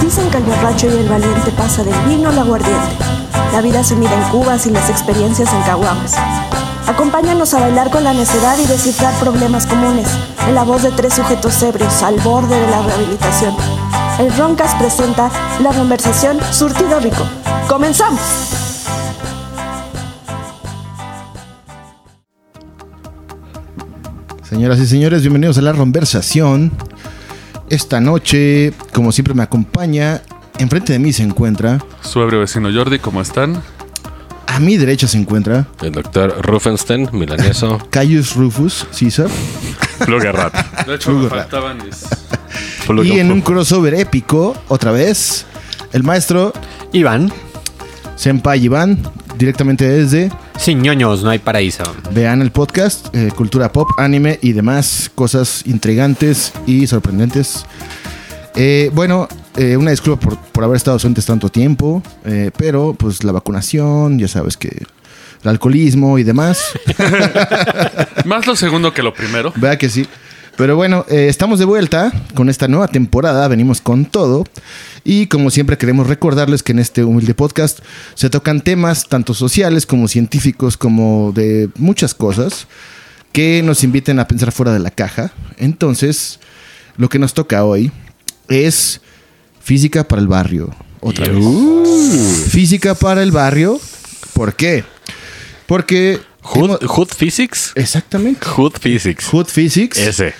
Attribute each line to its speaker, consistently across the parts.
Speaker 1: Dicen que el borracho y el valiente pasa del vino al aguardiente. La vida se mide en cubas y las experiencias en caguamas. Acompáñanos a bailar con la necedad y descifrar problemas comunes en la voz de tres sujetos ebrios al borde de la rehabilitación. El Roncas presenta la conversación Surtido Rico. ¡Comenzamos!
Speaker 2: Señoras y señores, bienvenidos a la conversación. Esta noche, como siempre, me acompaña. Enfrente de mí se encuentra.
Speaker 3: Su ebrio vecino Jordi, ¿cómo están?
Speaker 2: A mi derecha se encuentra
Speaker 4: El doctor Rufenstein, milaneso.
Speaker 2: Caius Rufus Caesar.
Speaker 3: Lugar Rat. De hecho, me
Speaker 2: Lugar Rat.
Speaker 3: faltaban mis...
Speaker 2: Y en un crossover épico, otra vez, el maestro
Speaker 5: Iván,
Speaker 2: Senpai Iván, directamente desde
Speaker 5: sin ñoños no hay paraíso.
Speaker 2: Vean el podcast, eh, cultura pop, anime y demás cosas intrigantes y sorprendentes. Eh, bueno, eh, una disculpa por, por haber estado ausentes tanto tiempo, eh, pero pues la vacunación, ya sabes que el alcoholismo y demás,
Speaker 3: Más lo segundo que lo primero.
Speaker 2: vea que sí. Pero bueno, eh, estamos de vuelta con esta nueva temporada, venimos con todo. Y como siempre queremos recordarles que en este humilde podcast se tocan temas tanto sociales como científicos, como de muchas cosas, que nos inviten a pensar fuera de la caja. Entonces, lo que nos toca hoy es física para el barrio. Otra vez. Física para el barrio. ¿Por qué? Porque...
Speaker 4: Hood, Hood Physics.
Speaker 2: Exactamente.
Speaker 4: Hood Physics.
Speaker 2: Hood Physics
Speaker 4: Ese.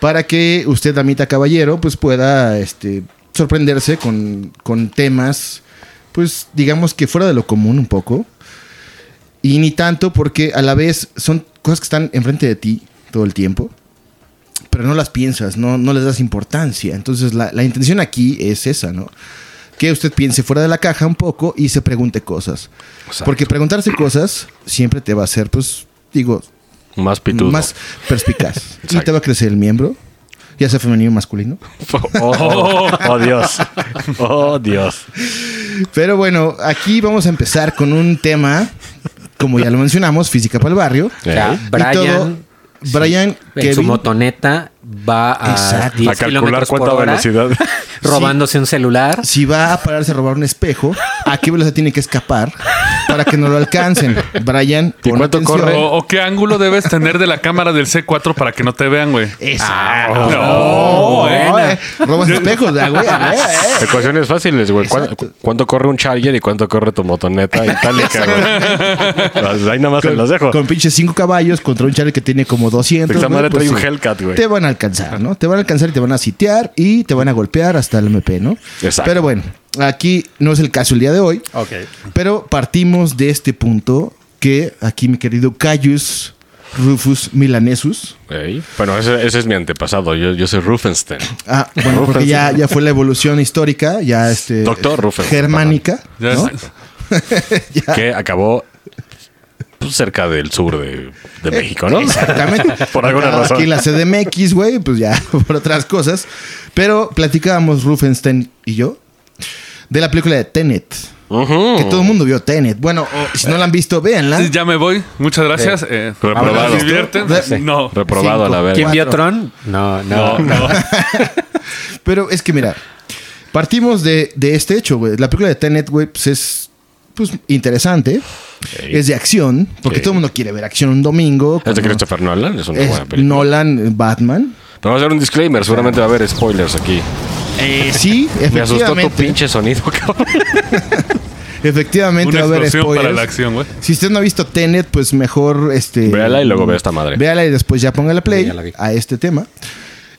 Speaker 2: para que usted, damita caballero, pues pueda este, sorprenderse con, con temas, pues digamos que fuera de lo común un poco. Y ni tanto porque a la vez son cosas que están enfrente de ti todo el tiempo, pero no las piensas, no, no les das importancia. Entonces la, la intención aquí es esa, ¿no? Que usted piense fuera de la caja un poco y se pregunte cosas.
Speaker 4: Exacto.
Speaker 2: Porque preguntarse cosas siempre te va a hacer, pues, digo,
Speaker 4: Más pitudo.
Speaker 2: más perspicaz. y
Speaker 4: Exacto.
Speaker 2: te va a crecer el miembro, ya sea femenino o masculino.
Speaker 4: Oh, oh, Dios. Oh, Dios.
Speaker 2: Pero bueno, aquí vamos a empezar con un tema, como ya lo mencionamos, física para el barrio.
Speaker 5: O sea,
Speaker 4: Eh.
Speaker 2: Y todo,
Speaker 5: Brian
Speaker 2: Brian
Speaker 5: en su
Speaker 2: Kevin,
Speaker 5: motoneta va a
Speaker 2: Exacto.
Speaker 5: 10
Speaker 4: A calcular
Speaker 5: kilómetros por
Speaker 4: cuánta
Speaker 5: hora,
Speaker 4: velocidad.
Speaker 5: robándose un celular.
Speaker 2: si va a pararse a robar un espejo, ¿a qué velocidad tiene que escapar para que no lo alcancen? Brian,
Speaker 4: ¿Y
Speaker 2: pon
Speaker 4: cuánto
Speaker 2: atención.
Speaker 4: corre?
Speaker 3: O, o qué ángulo debes tener de la cámara del C4 para que no te vean, güey.
Speaker 5: Ah,
Speaker 2: Exacto.
Speaker 3: No,
Speaker 2: Ah.
Speaker 5: oh,
Speaker 2: No, eh. Robas espejos, ah, güey, ah, eh.
Speaker 4: Ecuaciones fáciles, güey. ¿Cuán- cu- ¿Cuánto, corre un Charger y cuánto corre tu motoneta itálica, güey? Pues Ahí nada más se los dejo.
Speaker 2: Con pinches cinco caballos contra un chale que tiene como 200.
Speaker 4: Esta
Speaker 2: güey,
Speaker 4: madre
Speaker 2: pues
Speaker 4: trae un
Speaker 2: sí.
Speaker 4: Hellcat, güey.
Speaker 2: Te van a alcanzar, ¿no? Te van a alcanzar y te van a sitiar y te van a golpear hasta el MP, ¿no?
Speaker 4: Exacto.
Speaker 2: Pero bueno, aquí no es el caso el día de hoy. Pero partimos de este punto que aquí mi querido Cayus Rufus Milanesus.
Speaker 4: Ey. Bueno, ese, ese es mi antepasado. Yo, yo soy Rufenstein.
Speaker 2: Ah, bueno, porque ya, ya fue la evolución histórica, ya este.
Speaker 4: Doctor Rufus.
Speaker 2: Germánica.
Speaker 3: Ya
Speaker 2: ¿no?
Speaker 3: es-
Speaker 4: Que acabó pues, cerca del sur de, de
Speaker 2: Eh,
Speaker 4: México, ¿no?
Speaker 2: Exactamente.
Speaker 4: Por alguna
Speaker 2: Acá
Speaker 4: razón.
Speaker 2: Aquí en la CDMX, güey, pues ya, por otras cosas. Pero platicábamos Rufenstein y yo de la película de Tenet.
Speaker 4: Ujú.
Speaker 2: Que todo el mundo vio Tenet. Bueno, o si no la han visto, véanla.
Speaker 3: Ya me voy. Muchas gracias. Eh,
Speaker 4: Reprobado.
Speaker 3: ¿se divierten?
Speaker 2: Re-
Speaker 3: Sí. No.
Speaker 4: Reprobado a la
Speaker 2: Cinco.
Speaker 4: verga.
Speaker 5: ¿Quién vio
Speaker 2: Cuatro.
Speaker 5: Tron? No,
Speaker 3: No,
Speaker 5: no.
Speaker 3: no.
Speaker 2: Pero es que mira, partimos de, de este hecho, güey. La película de Tenet, güey, pues es pues, interesante.
Speaker 4: Ey.
Speaker 2: Es de acción, porque
Speaker 4: Sí.
Speaker 2: todo el mundo quiere ver acción un domingo.
Speaker 4: Es de
Speaker 2: como-
Speaker 4: Christopher Nolan, es una
Speaker 2: es
Speaker 4: buena película.
Speaker 2: Nolan, Batman.
Speaker 4: Pero vamos a hacer un disclaimer, seguramente va a haber spoilers aquí.
Speaker 2: Eh, sí,
Speaker 4: Me asustó tu
Speaker 2: efectivamente.
Speaker 4: pinche sonido, cabrón.
Speaker 2: Efectivamente
Speaker 3: Una
Speaker 2: va a haber
Speaker 3: explosión
Speaker 2: spoilers.
Speaker 3: para la acción, güey.
Speaker 2: Si usted no ha visto Tenet, pues mejor este.
Speaker 4: Véala y luego ve esta madre.
Speaker 2: Véala y después ya ponga la play
Speaker 5: Ya la vi.
Speaker 2: a este tema.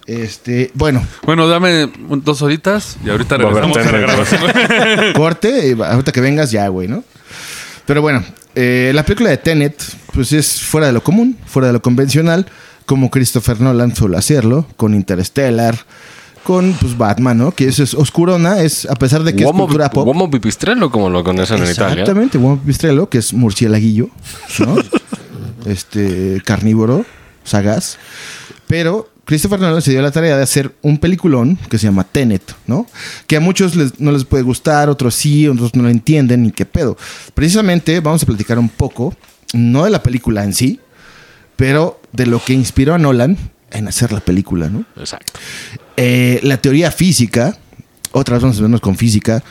Speaker 2: Este, bueno,
Speaker 3: Bueno, dame un- dos horitas y ahorita
Speaker 4: Va a haber
Speaker 3: regresamos a la
Speaker 4: tender.
Speaker 3: grabación.
Speaker 2: corte, eh, ahorita que vengas ya, güey, ¿no? Pero bueno, eh, la película de Tenet, pues es fuera de lo común, fuera de lo convencional, como Christopher Nolan suele hacerlo, con Interstellar, con pues Batman, ¿no? Que eso es oscurona, es a pesar de que es
Speaker 4: Uomo,
Speaker 2: cultura pop.
Speaker 4: Uomo Pipistrello, como lo conocen en Italia.
Speaker 2: Exactamente, Juan Pistrello, que es murcielaguillo, ¿no? este carnívoro, sagaz. Pero Christopher Nolan se dio la tarea de hacer un peliculón que se llama Tenet, ¿no? Que a muchos les- no les puede gustar, otros sí, otros no lo entienden, ni qué pedo. Precisamente vamos a platicar un poco, no de la película en sí, pero de lo que inspiró a Nolan en hacer la película, ¿no?
Speaker 4: Exacto.
Speaker 2: Eh, la teoría física otras vamos a vernos con física.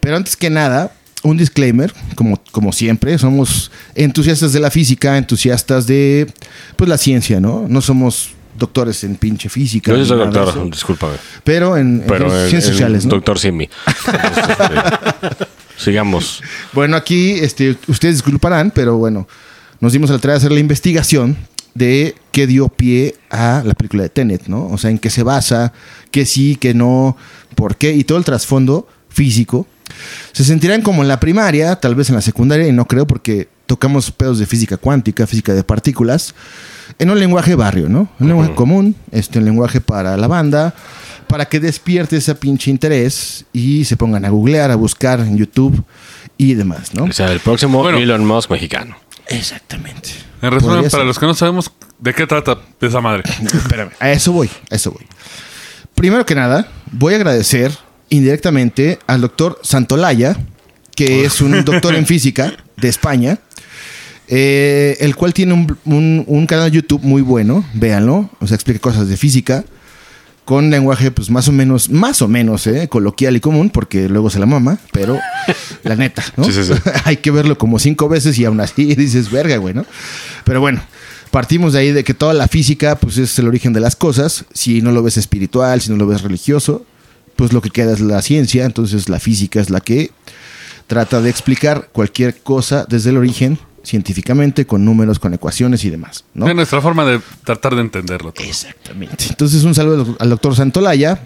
Speaker 2: Pero antes que nada, un disclaimer, como, como siempre, somos entusiastas de la física, entusiastas de pues la ciencia, ¿no? No somos doctores en pinche física.
Speaker 4: Yo sí
Speaker 2: ni
Speaker 4: soy
Speaker 2: nada de
Speaker 4: doctor,
Speaker 2: eso.
Speaker 4: discúlpame.
Speaker 2: Pero en, en
Speaker 4: Pero en-
Speaker 2: ciencias
Speaker 4: en
Speaker 2: sociales, ¿no?
Speaker 4: Doctor Simi. Entonces, este, sigamos.
Speaker 2: Bueno, aquí este, ustedes disculparán, pero bueno, nos dimos a la tarea de hacer la investigación de qué dio pie a la película de Tenet, ¿no? O sea, en qué se basa, qué sí, qué no, por qué y todo el trasfondo físico. Se sentirán como en la primaria, tal vez en la secundaria, y no creo porque tocamos pedos de física cuántica, física de partículas, en un lenguaje barrio, ¿no? Un lenguaje común, este, un lenguaje para la banda, para que despierte ese pinche interés y se pongan a googlear, a buscar en YouTube y demás, ¿no?
Speaker 4: O sea, el próximo
Speaker 3: Bueno.
Speaker 4: Elon Musk mexicano.
Speaker 2: Exactamente.
Speaker 3: En resumen,
Speaker 2: Podría
Speaker 3: para
Speaker 2: ser.
Speaker 3: los que no sabemos de qué trata esa madre.
Speaker 2: Espérame, a eso voy, a eso voy. Primero que nada, voy a agradecer indirectamente al doctor Santolaya, que es un doctor en física de España, eh, el cual tiene un, un- un canal de YouTube muy bueno, véanlo, o sea, explica cosas de física, con lenguaje pues más o menos, más o menos, eh, coloquial y común, porque luego se la mama, pero la neta, ¿no?
Speaker 4: Sí, sí, sí.
Speaker 2: Hay que verlo como cinco veces y aún así dices, verga, güey, ¿no? Pero bueno, partimos de ahí de que toda la física, pues es el origen de las cosas. Si no lo ves espiritual, si no lo ves religioso, pues lo que queda es la ciencia. Entonces la física es la que trata de explicar cualquier cosa desde el origen, científicamente, con números, con ecuaciones y demás, ¿no?
Speaker 3: Es nuestra forma de tratar de entenderlo. todo.
Speaker 2: Exactamente. Entonces, un saludo al doc- al doctor Santolaya.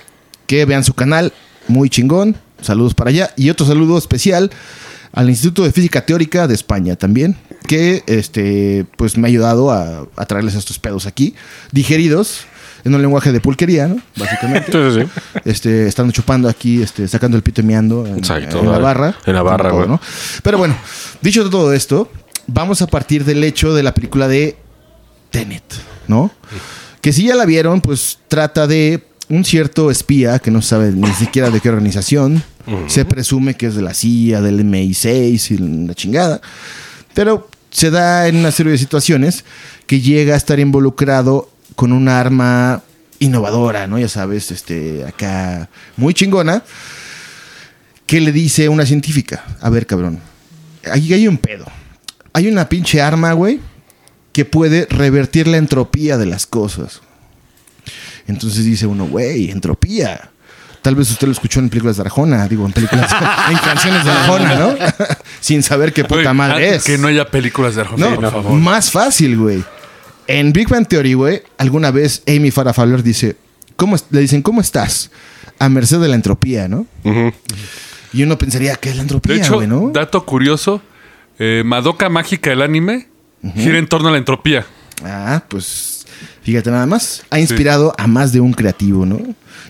Speaker 2: Que vean su canal. Muy chingón. Saludos para allá. Y otro saludo especial al Instituto de Física Teórica de España también. Que este, pues me ha ayudado a, a traerles estos pedos aquí. Digeridos. En un lenguaje de pulquería, ¿no? Básicamente.
Speaker 4: Entonces, sí.
Speaker 2: Este, están chupando aquí, este, sacando el pito y meando en,
Speaker 4: Exacto,
Speaker 2: en la
Speaker 4: vale.
Speaker 2: barra.
Speaker 4: En la barra,
Speaker 2: Todo,
Speaker 4: güey.
Speaker 2: ¿no? Pero bueno, dicho todo esto, vamos a partir del hecho de la película de Tenet, ¿no? Que si ya la vieron, pues trata de un cierto espía que no sabe ni siquiera de qué organización. Se presume que es de la CIA, del MI6 y la chingada. Pero se da en una serie de situaciones que llega a estar involucrado con un arma innovadora, ¿no? Ya sabes, este, acá muy chingona. ¿Qué le dice una científica? A ver, cabrón. Aquí hay un pedo. Hay una pinche arma, güey, que puede revertir la entropía de las cosas. Entonces dice uno, güey, entropía. Tal vez usted lo escuchó en películas de Arjona, digo, en películas, en canciones de Arjona, ¿no? Sin saber qué puta
Speaker 3: Güey,
Speaker 2: madre
Speaker 3: ah,
Speaker 2: es.
Speaker 3: Que no haya películas de Arjona,
Speaker 2: No,
Speaker 3: por favor.
Speaker 2: más fácil, güey. En Big Bang Theory, güey, alguna vez Amy Farah Fowler dice, ¿cómo es- le dicen, ¿cómo estás? A merced de la entropía, ¿no? Y uno pensaría, ¿qué es la entropía,
Speaker 3: De hecho,
Speaker 2: güey, no?
Speaker 3: dato curioso, eh, Madoka Mágica, el anime, gira en torno a la entropía.
Speaker 2: Ah, pues fíjate nada más. Ha inspirado a más de un creativo, ¿no?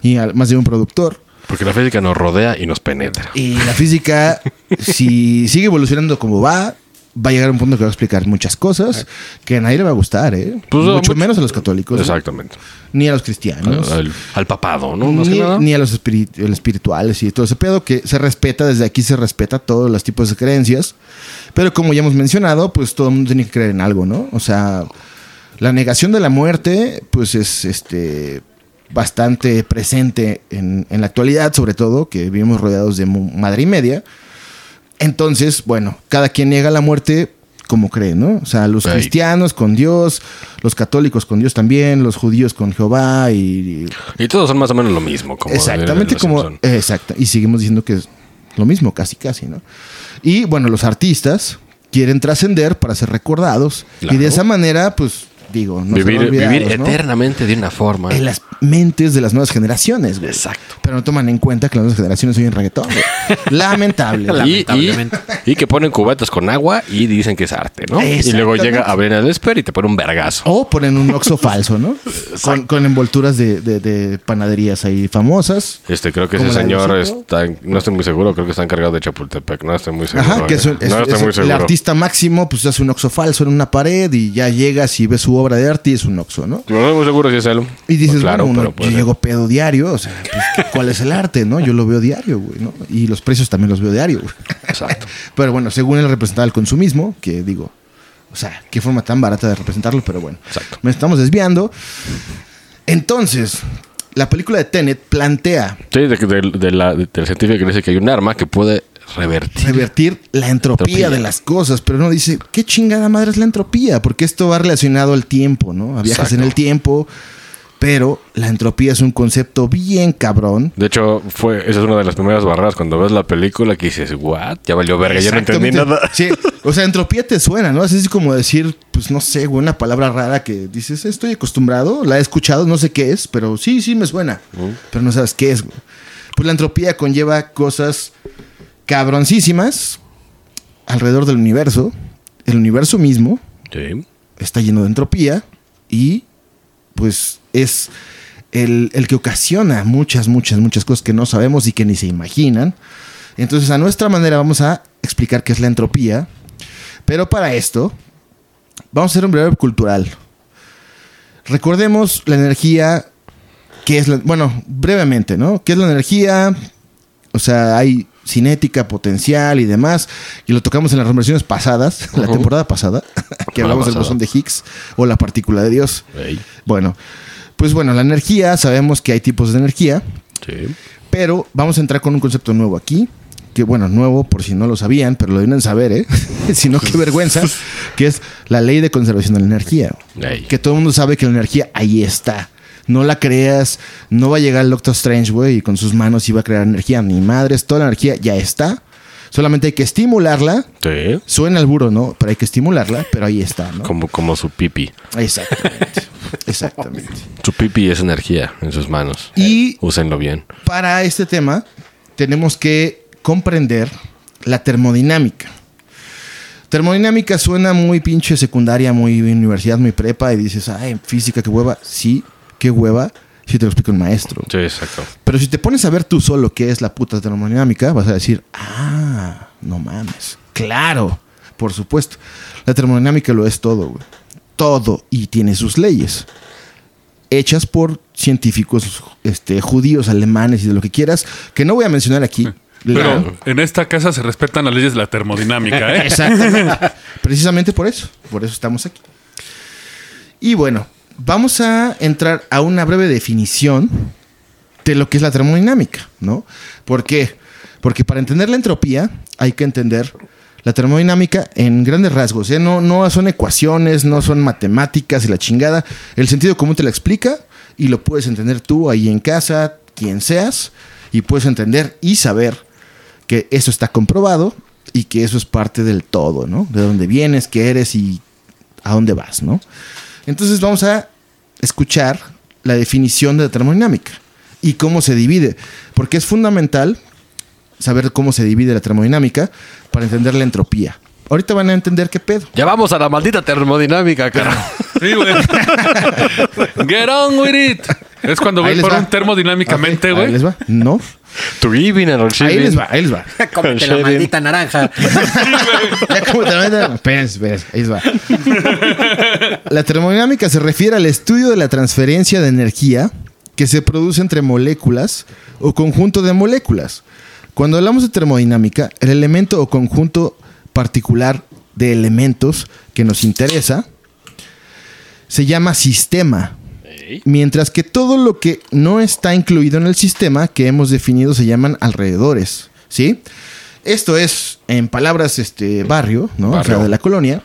Speaker 2: Y a más de un productor.
Speaker 4: Porque la física nos rodea y nos penetra.
Speaker 2: Y la física, si sigue evolucionando como va, va a llegar a un punto que va a explicar muchas cosas que a nadie le va a gustar, ¿eh?
Speaker 4: Pues,
Speaker 2: mucho,
Speaker 4: a mucho-
Speaker 2: menos a los católicos. ¿no?
Speaker 4: Exactamente.
Speaker 2: Ni a los cristianos.
Speaker 4: Al, al papado, ¿no? Más que
Speaker 2: ni,
Speaker 4: nada.
Speaker 2: ni a los espirit- los espirituales y todo ese pedo que se respeta, desde aquí se respeta todos los tipos de creencias, pero como ya hemos mencionado, pues todo el mundo tiene que creer en algo, ¿no? O sea, la negación de la muerte, pues es este bastante presente en, en la actualidad, sobre todo, que vivimos rodeados de mu- madre y media. Entonces, bueno, cada quien niega la muerte como cree, ¿no? O sea, los
Speaker 4: Ey.
Speaker 2: cristianos con Dios, los católicos con Dios también, los judíos con Jehová y
Speaker 4: Y todos son más o menos lo mismo. Como
Speaker 2: Exactamente
Speaker 4: diría los
Speaker 2: como...
Speaker 4: Simpson.
Speaker 2: Exacto. Y seguimos diciendo que es lo mismo, casi, casi, ¿no? Y bueno, los artistas quieren trascender para ser recordados. Y
Speaker 4: Claro.
Speaker 2: de esa manera, pues, digo, no serán
Speaker 4: vivir
Speaker 2: olvidados,
Speaker 4: vivir
Speaker 2: ¿no?
Speaker 4: eternamente de una forma.
Speaker 2: En las mentes de las nuevas generaciones, güey.
Speaker 4: Exacto.
Speaker 2: Pero no toman en cuenta que las nuevas generaciones oyen reggaetón, güey. Lamentable.
Speaker 4: Y-
Speaker 2: güey.
Speaker 4: Y,
Speaker 5: Lamentablemente.
Speaker 4: y que ponen cubetas con agua y dicen que es arte, ¿no? Y luego
Speaker 2: Exactamente.
Speaker 4: llega Abrena Desper y te pone un vergazo.
Speaker 2: O ponen un oxo falso, ¿no? Con, con envolturas de, de- de panaderías ahí famosas.
Speaker 4: Este, creo que
Speaker 2: Como
Speaker 4: ese
Speaker 2: la de
Speaker 4: señor
Speaker 2: Luisito.
Speaker 4: está, en- no estoy muy seguro, creo que está encargado de Chapultepec, no estoy muy seguro.
Speaker 2: Ajá, que es,
Speaker 4: eh.
Speaker 2: un- es-
Speaker 4: no estoy
Speaker 2: es
Speaker 4: muy
Speaker 2: el
Speaker 4: seguro.
Speaker 2: artista máximo, pues hace un oxo falso en una pared y ya llegas y ves su obra de arte y es un oxo, ¿no?
Speaker 4: No estoy muy seguro si es él.
Speaker 2: Y dices,
Speaker 4: Pues claro,
Speaker 2: bueno, uno,
Speaker 4: pero puede
Speaker 2: yo
Speaker 4: ser.
Speaker 2: llego pedo diario, o sea, pues, ¿qué- ¿cuál es el arte, no? Yo lo veo diario, güey, ¿no? Y los precios también los veo diario, güey.
Speaker 4: Exacto.
Speaker 2: Pero bueno, según el representante del consumismo, que digo, o sea, qué forma tan barata de representarlo, pero bueno.
Speaker 4: Exacto.
Speaker 2: Me estamos desviando. Entonces, la película de Tenet plantea
Speaker 4: Sí, de, de- de la, del científico que dice que hay un arma que puede revertir.
Speaker 2: revertir la entropía,
Speaker 4: Entropía.
Speaker 2: de las cosas, pero no dice, ¿qué chingada madre es la entropía? Porque esto va relacionado al tiempo, ¿no? A viajes en
Speaker 4: Exacto.
Speaker 2: el tiempo, pero la entropía es un concepto bien cabrón.
Speaker 4: De hecho, fue, esa es una de las primeras barreras cuando ves la película que dices, what? Ya valió verga, ya no entendí
Speaker 2: Exactamente.
Speaker 4: nada.
Speaker 2: Sí, o sea, entropía te suena, ¿no? Es así como decir, pues no sé, güey, una palabra rara que dices, "Eh, estoy acostumbrado, la he escuchado, no sé qué es, pero sí, sí me suena, pero no sabes qué es, güey. Pues la entropía conlleva cosas cabroncísimas alrededor del universo, el universo mismo
Speaker 4: Sí.
Speaker 2: está lleno de entropía y pues es el, el que ocasiona muchas, muchas, muchas cosas que no sabemos y que ni se imaginan. Entonces a nuestra manera vamos a explicar qué es la entropía, pero para esto vamos a hacer un breve cultural. Recordemos la energía, que es la, bueno, brevemente, ¿no? ¿Qué es la energía? O sea, hay cinética, potencial y demás, y lo tocamos en las conversaciones pasadas, la temporada pasada, que
Speaker 4: La
Speaker 2: hablamos del
Speaker 4: pasada.
Speaker 2: bosón de Higgs o la partícula de Dios.
Speaker 4: Ey,
Speaker 2: Bueno, pues bueno, la energía, sabemos que hay tipos de energía,
Speaker 4: sí.
Speaker 2: pero vamos a entrar con un concepto nuevo aquí. Que bueno, nuevo por si no lo sabían, pero lo deben saber, ¿eh? si no, qué vergüenza. Que es la ley de conservación de la energía.
Speaker 4: Ey.
Speaker 2: Que todo el mundo sabe que la energía ahí está. No la creas, no va a llegar el Doctor Strange, güey, y con sus manos iba a crear energía. Ni madres, toda la energía ya está. Solamente hay que estimularla.
Speaker 4: Sí.
Speaker 2: Suena al buro, ¿no? Pero hay que estimularla, pero ahí está, ¿no?
Speaker 4: Como, como su pipi.
Speaker 2: Exactamente. Exactamente.
Speaker 4: Su pipi es energía en sus manos.
Speaker 2: Y-
Speaker 4: Úsenlo bien.
Speaker 2: para este tema tenemos que comprender la termodinámica. Termodinámica suena muy pinche secundaria, muy universidad, muy prepa y dices, ay, física, qué hueva. Sí, qué hueva si te lo explica un maestro.
Speaker 4: Sí, exacto.
Speaker 2: Pero si te pones a ver tú solo qué es la puta termodinámica, vas a decir, ah, no mames. Claro, por supuesto. La termodinámica lo es todo, güey. Todo y tiene sus leyes. Hechas por científicos este, judíos, alemanes y de lo que quieras, que no voy a mencionar aquí. La-
Speaker 3: Pero en esta casa se respetan las leyes de la termodinámica, ¿eh?
Speaker 2: Exactamente. Precisamente por eso. Por eso estamos aquí. Y bueno, vamos a entrar a una breve definición de lo que es la termodinámica, ¿no? ¿Por qué? Porque para entender la entropía hay que entender la termodinámica en grandes rasgos. ¿eh? No, no son ecuaciones, no son matemáticas y la chingada. El sentido común te la explica y lo puedes entender tú ahí en casa, quien seas, y puedes entender y saber que eso está comprobado y que eso es parte del todo, ¿no? De dónde vienes, qué eres y a dónde vas, ¿no? Entonces vamos a escuchar la definición de la termodinámica y cómo se divide, porque es fundamental saber cómo se divide la termodinámica para entender la entropía. Ahorita van a entender qué pedo.
Speaker 4: Ya vamos a la maldita termodinámica, cara.
Speaker 3: Sí, güey. Get on with it. Es cuando
Speaker 2: Ahí
Speaker 3: ven
Speaker 2: les
Speaker 3: por
Speaker 2: va.
Speaker 3: un termodinámicamente,
Speaker 2: Ok, ahí
Speaker 3: güey.
Speaker 2: les va. No.
Speaker 4: To giving and
Speaker 2: Ahí
Speaker 4: receiving.
Speaker 2: les va, ahí les va.
Speaker 5: Cómete la
Speaker 4: Shading.
Speaker 5: maldita naranja.
Speaker 2: Ya como termodinámica- Espérense, espérense, ahí va. La termodinámica se refiere al estudio de la transferencia de energía que se produce entre moléculas o conjunto de moléculas. Cuando hablamos de termodinámica, el elemento o conjunto particular de elementos que nos interesa se llama sistema. Mientras que todo lo que no está incluido en el sistema que hemos definido se llaman alrededores, ¿sí? Esto es, en palabras, este barrio, ¿no? O sea,
Speaker 4: Barrio.
Speaker 2: de la colonia.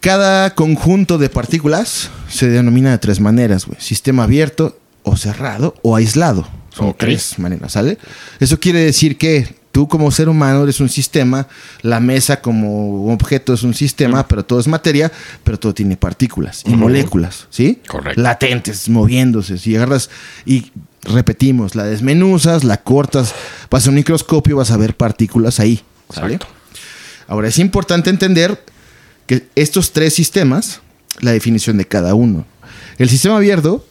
Speaker 2: Cada conjunto de partículas se denomina de tres maneras, güey. Sistema abierto o cerrado o aislado. Son
Speaker 4: Ok.
Speaker 2: tres maneras, ¿sale? Eso quiere decir que tú como ser humano eres un sistema, la mesa como objeto es un
Speaker 4: Mm.
Speaker 2: sistema, pero todo es materia, pero todo tiene partículas y moléculas, ¿sí?
Speaker 4: Correcto.
Speaker 2: Latentes, moviéndose. Si agarras y repetimos, la desmenuzas, la cortas, vas a un microscopio, vas a ver partículas ahí, ¿sale?
Speaker 4: Exacto.
Speaker 2: Ahora, es importante entender que estos tres sistemas, la definición de cada uno. El sistema abierto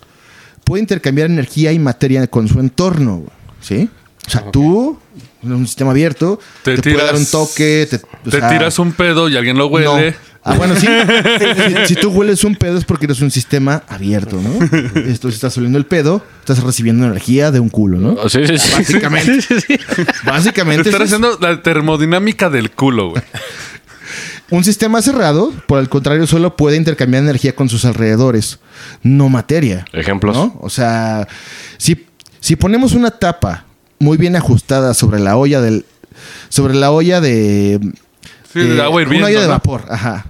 Speaker 2: puede intercambiar energía y materia con su entorno, güey, ¿sí? O sea, tú, en un sistema abierto, te, puede dar un toque, te, o
Speaker 3: te
Speaker 2: sea,
Speaker 3: tiras un pedo y alguien lo huele.
Speaker 2: no. Ah, bueno, sí. si, si tú hueles un pedo es porque eres un sistema abierto, ¿no? Esto si estás oliendo el pedo, estás recibiendo energía de un culo, ¿no?
Speaker 4: Oh, Sí, sí, sí.
Speaker 2: Básicamente.
Speaker 3: Te
Speaker 2: Básicamente.
Speaker 3: estás
Speaker 2: eso es-
Speaker 3: haciendo la termodinámica del culo, güey.
Speaker 2: Un sistema cerrado, por el contrario, solo puede intercambiar energía con sus alrededores, no materia.
Speaker 4: Ejemplos.
Speaker 2: ¿no? O sea, si, si ponemos una tapa muy bien ajustada sobre la olla del. Sobre la olla de.
Speaker 3: Sí, de agua hirviendo,
Speaker 2: Eh, Una olla de
Speaker 3: ¿no?
Speaker 2: vapor, ajá.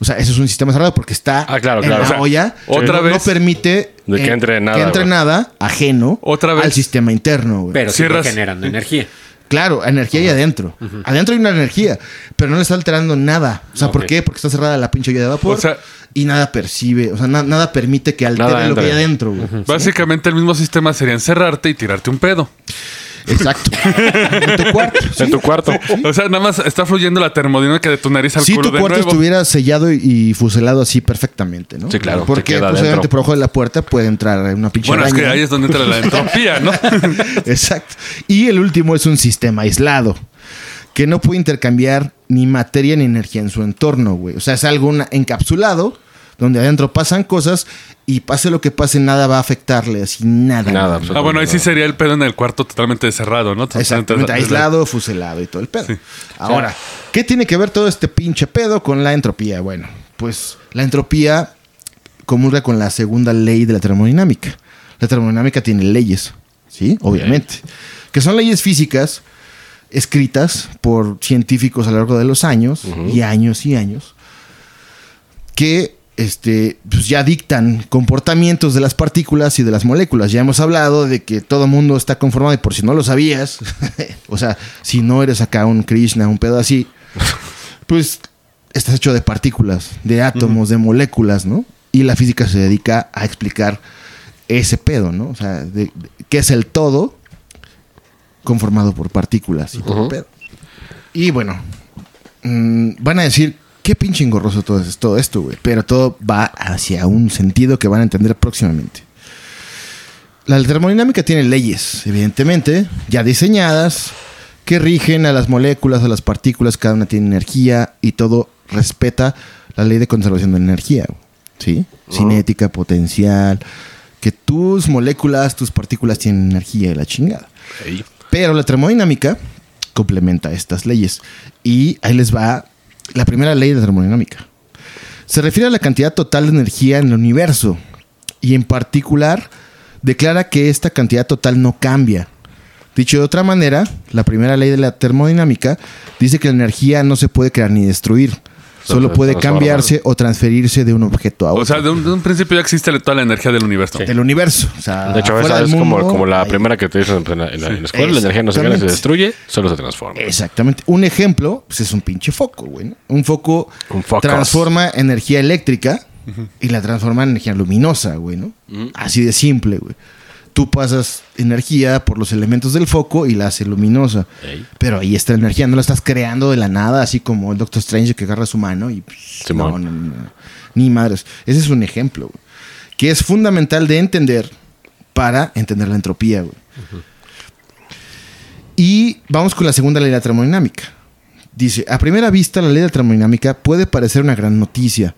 Speaker 2: O sea, eso es un sistema cerrado porque está
Speaker 4: Ah, claro,
Speaker 2: en
Speaker 4: claro.
Speaker 2: la
Speaker 4: O sea,
Speaker 2: olla.
Speaker 3: otra
Speaker 2: no,
Speaker 3: vez-
Speaker 2: No permite
Speaker 4: De que entre nada,
Speaker 2: que entre
Speaker 4: güey.
Speaker 2: nada ajeno
Speaker 3: Otra vez.
Speaker 2: al sistema interno. güey.
Speaker 5: Pero sí
Speaker 3: Cierras-
Speaker 5: generando energía.
Speaker 2: Claro, energía ahí adentro. Adentro hay una energía, pero no le está alterando nada. O sea, ¿por
Speaker 5: Ok.
Speaker 2: qué? Porque está cerrada la pinche olla de vapor
Speaker 3: O sea-
Speaker 2: y nada percibe, o sea, na- nada permite que altere
Speaker 4: Nada
Speaker 2: lo que hay
Speaker 4: entra.
Speaker 2: adentro. güey.
Speaker 3: Básicamente el mismo sistema sería encerrarte y tirarte un pedo.
Speaker 2: Exacto. en tu cuarto. sí.
Speaker 4: En tu cuarto.
Speaker 3: O sea, nada más está fluyendo la termodinámica de tu nariz al
Speaker 2: Si
Speaker 3: culo
Speaker 2: tu
Speaker 3: de
Speaker 2: cuarto
Speaker 3: nuevo.
Speaker 2: estuviera sellado y, y fuselado así perfectamente, ¿no?
Speaker 4: Sí, claro, te
Speaker 2: Porque
Speaker 4: queda
Speaker 2: pues,
Speaker 4: adentro.
Speaker 2: obviamente por ojo de la puerta puede entrar una pinche
Speaker 3: Bueno, es que
Speaker 2: araña.
Speaker 3: ahí es donde entra la entropía, ¿no?
Speaker 2: Exacto. Y el último es un sistema aislado que no puede intercambiar ni materia ni energía en su entorno, güey. O sea, es algo una- encapsulado donde adentro pasan cosas y pase lo que pase, nada va a afectarle, así nada.
Speaker 4: Nada,
Speaker 2: güey.
Speaker 3: Ah, bueno, ahí sí sería el pedo en el cuarto totalmente cerrado, ¿no? Totalmente
Speaker 2: Exactamente, aislado, fuselado y todo el pedo. Ahora, ¿qué tiene que ver todo este pinche pedo con la entropía? Bueno, pues la entropía comulga con la segunda ley de la termodinámica. La termodinámica tiene leyes, ¿sí? Obviamente. Que son leyes físicas escritas por científicos a lo largo de los años y años y años que este, pues ya dictan comportamientos de las partículas y de las moléculas. Ya hemos hablado de que todo mundo está conformado, y por si no lo sabías, o sea, si no eres acá un Krishna, un pedo así, pues estás hecho de partículas, de átomos, de moléculas, ¿no? Y la física se dedica a explicar ese pedo, ¿no? O sea, de, de- qué es el todo conformado por partículas y por pedo. Y bueno, mm, van a decir, qué pinche engorroso todo es- todo esto, güey. Pero todo va hacia un sentido que van a entender próximamente. La termodinámica tiene leyes, evidentemente, ya diseñadas, que rigen a las moléculas, a las partículas, cada una tiene energía y todo respeta la ley de conservación de energía, güey. ¿sí? Cinética, potencial, que tus moléculas, tus partículas tienen energía y la chingada.
Speaker 4: Ey.
Speaker 2: Pero la termodinámica complementa estas leyes. Y ahí les va la primera ley de la termodinámica. Se refiere a la cantidad total de energía en el universo. Y en particular, declara que esta cantidad total no cambia. Dicho de otra manera, la primera ley de la termodinámica dice que la energía no se puede crear ni destruir. Solo
Speaker 4: se
Speaker 2: puede
Speaker 4: transforma.
Speaker 2: cambiarse o transferirse de un objeto a otro.
Speaker 3: O sea, de un, de un principio ya existe toda la energía del universo.
Speaker 2: del universo. O sea,
Speaker 4: De hecho,
Speaker 2: Ah, fuera
Speaker 4: esa
Speaker 2: del
Speaker 4: es como,
Speaker 2: mundo,
Speaker 4: como la
Speaker 2: ahí.
Speaker 4: primera que te dicen pues, en la, en la- en la escuela. La energía no se gana,
Speaker 2: Exactamente.
Speaker 4: se
Speaker 2: Eh.
Speaker 4: destruye, solo se transforma.
Speaker 2: Exactamente. Un ejemplo pues, es un pinche foco, güey. ¿no? Un foco
Speaker 4: Un focus.
Speaker 2: transforma energía eléctrica y la transforma en energía luminosa, güey, ¿no? Así de simple, güey. Tú pasas energía por los elementos del foco y la hace luminosa.
Speaker 4: Ey.
Speaker 2: Pero ahí está la energía, no la estás creando de la nada, así como el Doctor Strange que agarra su mano y... pues,
Speaker 4: Simón.
Speaker 2: no, no, no, no. Ni madres. Ese es un ejemplo, güey. Que es fundamental de entender para entender la entropía, güey. Y vamos con la segunda ley de la termodinámica. Dice, a primera vista la ley de la termodinámica puede parecer una gran noticia.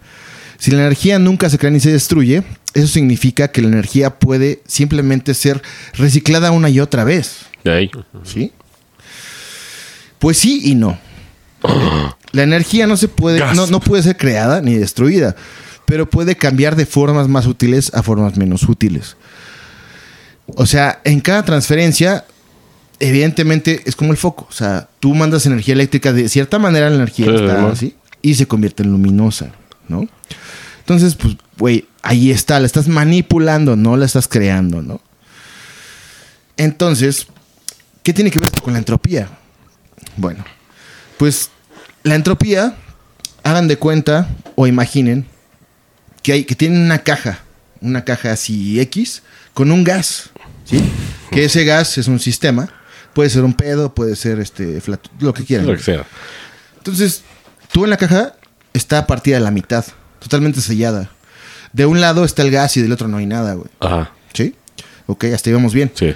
Speaker 2: Si la energía nunca se crea ni se destruye, eso significa que la energía puede simplemente ser reciclada una y otra vez.
Speaker 4: Ey.
Speaker 2: ¿Sí? Pues sí y no. La energía no se puede,
Speaker 3: Gas.
Speaker 2: no, no puede ser creada ni destruida, pero puede cambiar de formas más útiles a formas menos útiles. O sea, en cada transferencia, evidentemente es como el foco. O sea, tú mandas energía eléctrica de cierta manera, la energía
Speaker 4: Sí,
Speaker 2: está
Speaker 4: ¿no?
Speaker 2: así y se convierte en luminosa, ¿no? Entonces, pues, güey, ahí está, la estás manipulando, no la estás creando, ¿no? Entonces, ¿qué tiene que ver esto con la entropía? Bueno, pues la entropía, hagan de cuenta o imaginen que, hay, que tienen una caja, una caja así X, con un gas, ¿sí? Que ese gas es un sistema, puede ser un pedo, puede ser este, flat- lo que quieran.
Speaker 4: Lo que sea.
Speaker 2: Entonces, tú en la caja está partida a la mitad, totalmente sellada. De un lado está el gas y del otro no hay nada, güey.
Speaker 4: Ajá.
Speaker 2: ¿Sí? Ok, hasta íbamos bien.
Speaker 4: Sí.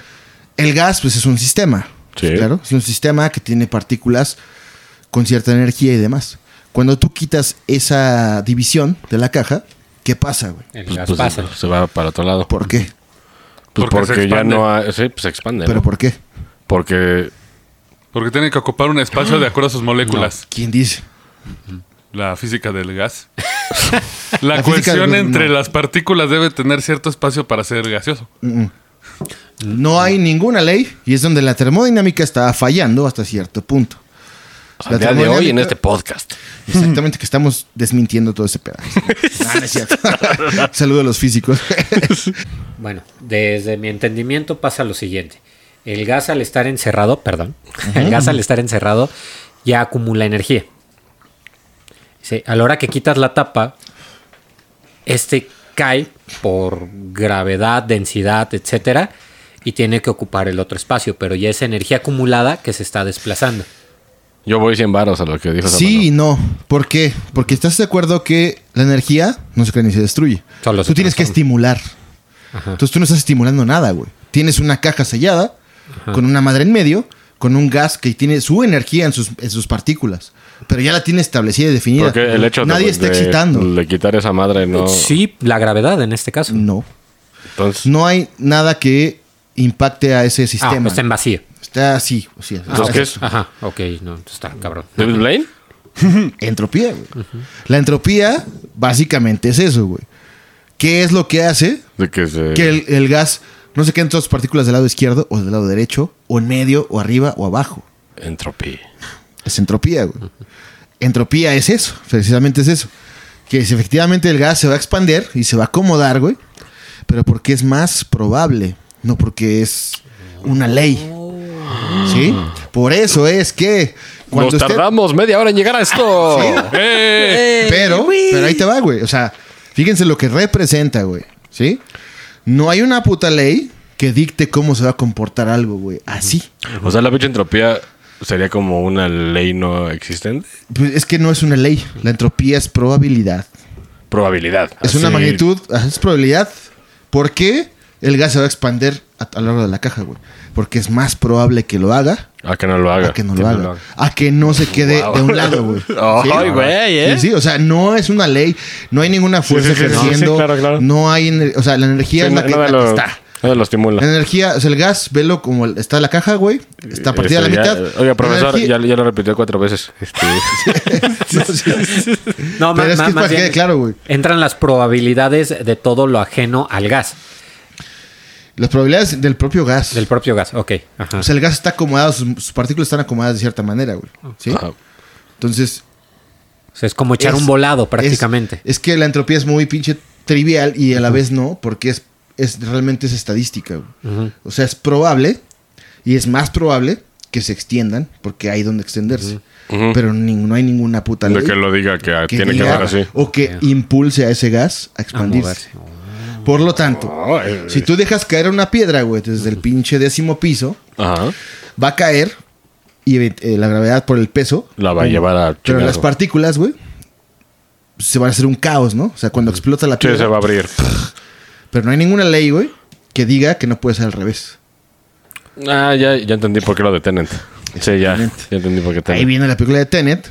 Speaker 2: El gas, pues es un sistema.
Speaker 4: Sí.
Speaker 2: Claro, es un sistema que tiene partículas con cierta energía y demás. Cuando tú quitas esa división de la caja, ¿qué pasa, güey?
Speaker 5: El
Speaker 4: Pues,
Speaker 5: gas
Speaker 4: pues,
Speaker 5: pasa.
Speaker 4: se va para otro lado.
Speaker 2: ¿Por qué?
Speaker 4: Pues
Speaker 3: Porque
Speaker 4: porque,
Speaker 3: se
Speaker 4: ya
Speaker 3: expande.
Speaker 4: no ha- sí, pues, se expande.
Speaker 2: ¿Pero
Speaker 4: ¿no?
Speaker 2: por qué?
Speaker 4: Porque
Speaker 3: Porque tiene que ocupar un espacio de acuerdo a sus moléculas.
Speaker 2: ¿Quién dice?
Speaker 3: La física del gas. La,
Speaker 2: La física
Speaker 3: cohesión
Speaker 2: del-
Speaker 3: entre
Speaker 2: no.
Speaker 3: las partículas debe tener cierto espacio para ser gaseoso.
Speaker 2: No hay ninguna ley y es donde la termodinámica está fallando hasta cierto punto.
Speaker 4: O sea, al día de hoy en este podcast.
Speaker 2: Exactamente, que estamos desmintiendo todo ese pedazo. no, no es cierto. Saludo a los físicos.
Speaker 5: Bueno, desde mi entendimiento pasa lo siguiente. El gas al estar encerrado, perdón, el gas al estar encerrado ya acumula energía. Sí, a la hora que quitas la tapa, este cae por gravedad, densidad, etcétera, y tiene que ocupar el otro espacio, pero ya es energía acumulada que se está desplazando.
Speaker 4: Yo voy 100 varos a lo que dijo
Speaker 2: sí y no. ¿Por qué? Porque estás de acuerdo que la energía no se crea ni se destruye.
Speaker 5: Solo se
Speaker 2: tú tienes que
Speaker 5: transforma.
Speaker 2: estimular. Entonces tú no estás estimulando nada, güey. Tienes una caja sellada con una madre en medio, con un gas que tiene su energía en sus, en sus partículas. Pero ya la tiene establecida y definida.
Speaker 4: Porque el hecho de-
Speaker 2: Nadie
Speaker 4: de,
Speaker 2: está excitando.
Speaker 4: de quitar esa madre no.
Speaker 5: Eh, Sí, la gravedad en este caso.
Speaker 2: No.
Speaker 4: Entonces,
Speaker 2: No hay nada que impacte a ese
Speaker 5: Ah,
Speaker 2: sistema.
Speaker 5: está en vacío.
Speaker 2: Está así. o sea,
Speaker 4: Entonces,
Speaker 2: está
Speaker 4: ¿qué
Speaker 2: así.
Speaker 4: es?
Speaker 5: Ajá, ok, no, está cabrón.
Speaker 4: David Blaine.
Speaker 2: Entropía, güey. La entropía básicamente es eso, güey. ¿Qué es lo que hace
Speaker 4: De que se-
Speaker 2: que el, el gas no se quede en todas sus partículas del lado izquierdo o del lado derecho o en medio o arriba o abajo?
Speaker 4: Entropía.
Speaker 2: Es entropía, güey. Entropía es eso, precisamente es eso. Que si efectivamente el gas se va a expander y se va a acomodar, güey, pero porque es más probable, no porque es una ley. ¿Sí? Por eso es que cuando
Speaker 4: Nos
Speaker 2: usted-
Speaker 4: tardamos media hora en llegar a esto.
Speaker 3: ¡Eh!
Speaker 2: Pero, pero ahí te va, güey. O sea, fíjense lo que representa, güey. ¿Sí? No hay una puta ley que dicte cómo se va a comportar algo, güey. Así.
Speaker 4: O sea, la pinche entropía sería como una ley no existente.
Speaker 2: Pues es que no es una ley. La entropía es probabilidad.
Speaker 4: Probabilidad.
Speaker 2: Es una
Speaker 4: Así-
Speaker 2: magnitud, ajá, es probabilidad. ¿Por qué el gas se va a expander a, a lo largo de la caja, güey? Porque es más probable que lo haga
Speaker 4: A que no lo haga.
Speaker 2: a que no lo haga. A que no se quede
Speaker 4: Wow.
Speaker 2: de un lado, güey.
Speaker 4: Ay, güey, ¿eh?
Speaker 2: Sí, sí, o sea, no es una ley, no hay ninguna fuerza
Speaker 4: sí, sí, sí,
Speaker 2: ejerciendo.
Speaker 4: sí, claro, claro.
Speaker 2: No hay, ener- o sea, la energía
Speaker 4: Sí,
Speaker 2: es la
Speaker 4: na-
Speaker 2: que,
Speaker 4: nada
Speaker 2: la
Speaker 4: lo-
Speaker 2: que está.
Speaker 4: nada lo
Speaker 2: La
Speaker 4: estimula.
Speaker 2: energía, o sea, el gas, velo como el- está la caja, güey. Está partida a la
Speaker 4: Este, ya-
Speaker 2: mitad.
Speaker 4: Oiga,
Speaker 2: La
Speaker 4: profesor,
Speaker 2: energía-
Speaker 4: ya, ya lo repitió cuatro veces. Este,
Speaker 2: No, sí, sí, sí. Pero
Speaker 5: No,
Speaker 2: es
Speaker 5: ma- ma-
Speaker 2: que es para
Speaker 5: más
Speaker 2: que quede
Speaker 5: bien
Speaker 2: claro, güey.
Speaker 5: entran las probabilidades de todo lo ajeno al gas,
Speaker 2: Las probabilidades del propio gas.
Speaker 5: del propio gas. Ok. Ajá.
Speaker 2: O sea, el gas está acomodado, sus, sus partículas están acomodadas de cierta manera, güey. ¿Sí?
Speaker 4: Ajá.
Speaker 2: Entonces,
Speaker 5: O sea, es como echar
Speaker 2: Es-
Speaker 5: un volado
Speaker 2: es-
Speaker 5: prácticamente.
Speaker 2: Es, que la entropía es muy pinche trivial y a la vez no, porque es, es realmente es estadística. güey. O sea, es probable y es más probable que se extiendan porque hay donde extenderse. Pero nin- no hay ninguna puta ley
Speaker 4: de que lo diga que, ah,
Speaker 2: que
Speaker 4: tiene
Speaker 2: diga
Speaker 4: que ser así.
Speaker 2: o que impulse a ese gas a expandirse. Por lo tanto, si tú dejas caer una piedra, güey, desde el pinche décimo piso,
Speaker 4: Ajá.
Speaker 2: va a caer y eh, la gravedad por el peso
Speaker 4: La va a llevar a
Speaker 2: pero las
Speaker 4: chingazo.
Speaker 2: partículas, güey, se van a hacer un caos, ¿no? O sea, cuando explota la
Speaker 4: Sí, se
Speaker 2: piedra.
Speaker 4: va a abrir.
Speaker 2: Pero no hay ninguna ley, güey, que diga que no puede ser al revés.
Speaker 4: Ah, ya, ya entendí por qué lo detienen. Sí, ya. Ya entendí por qué
Speaker 2: Ahí
Speaker 4: Tenet.
Speaker 2: viene la película de Tenet,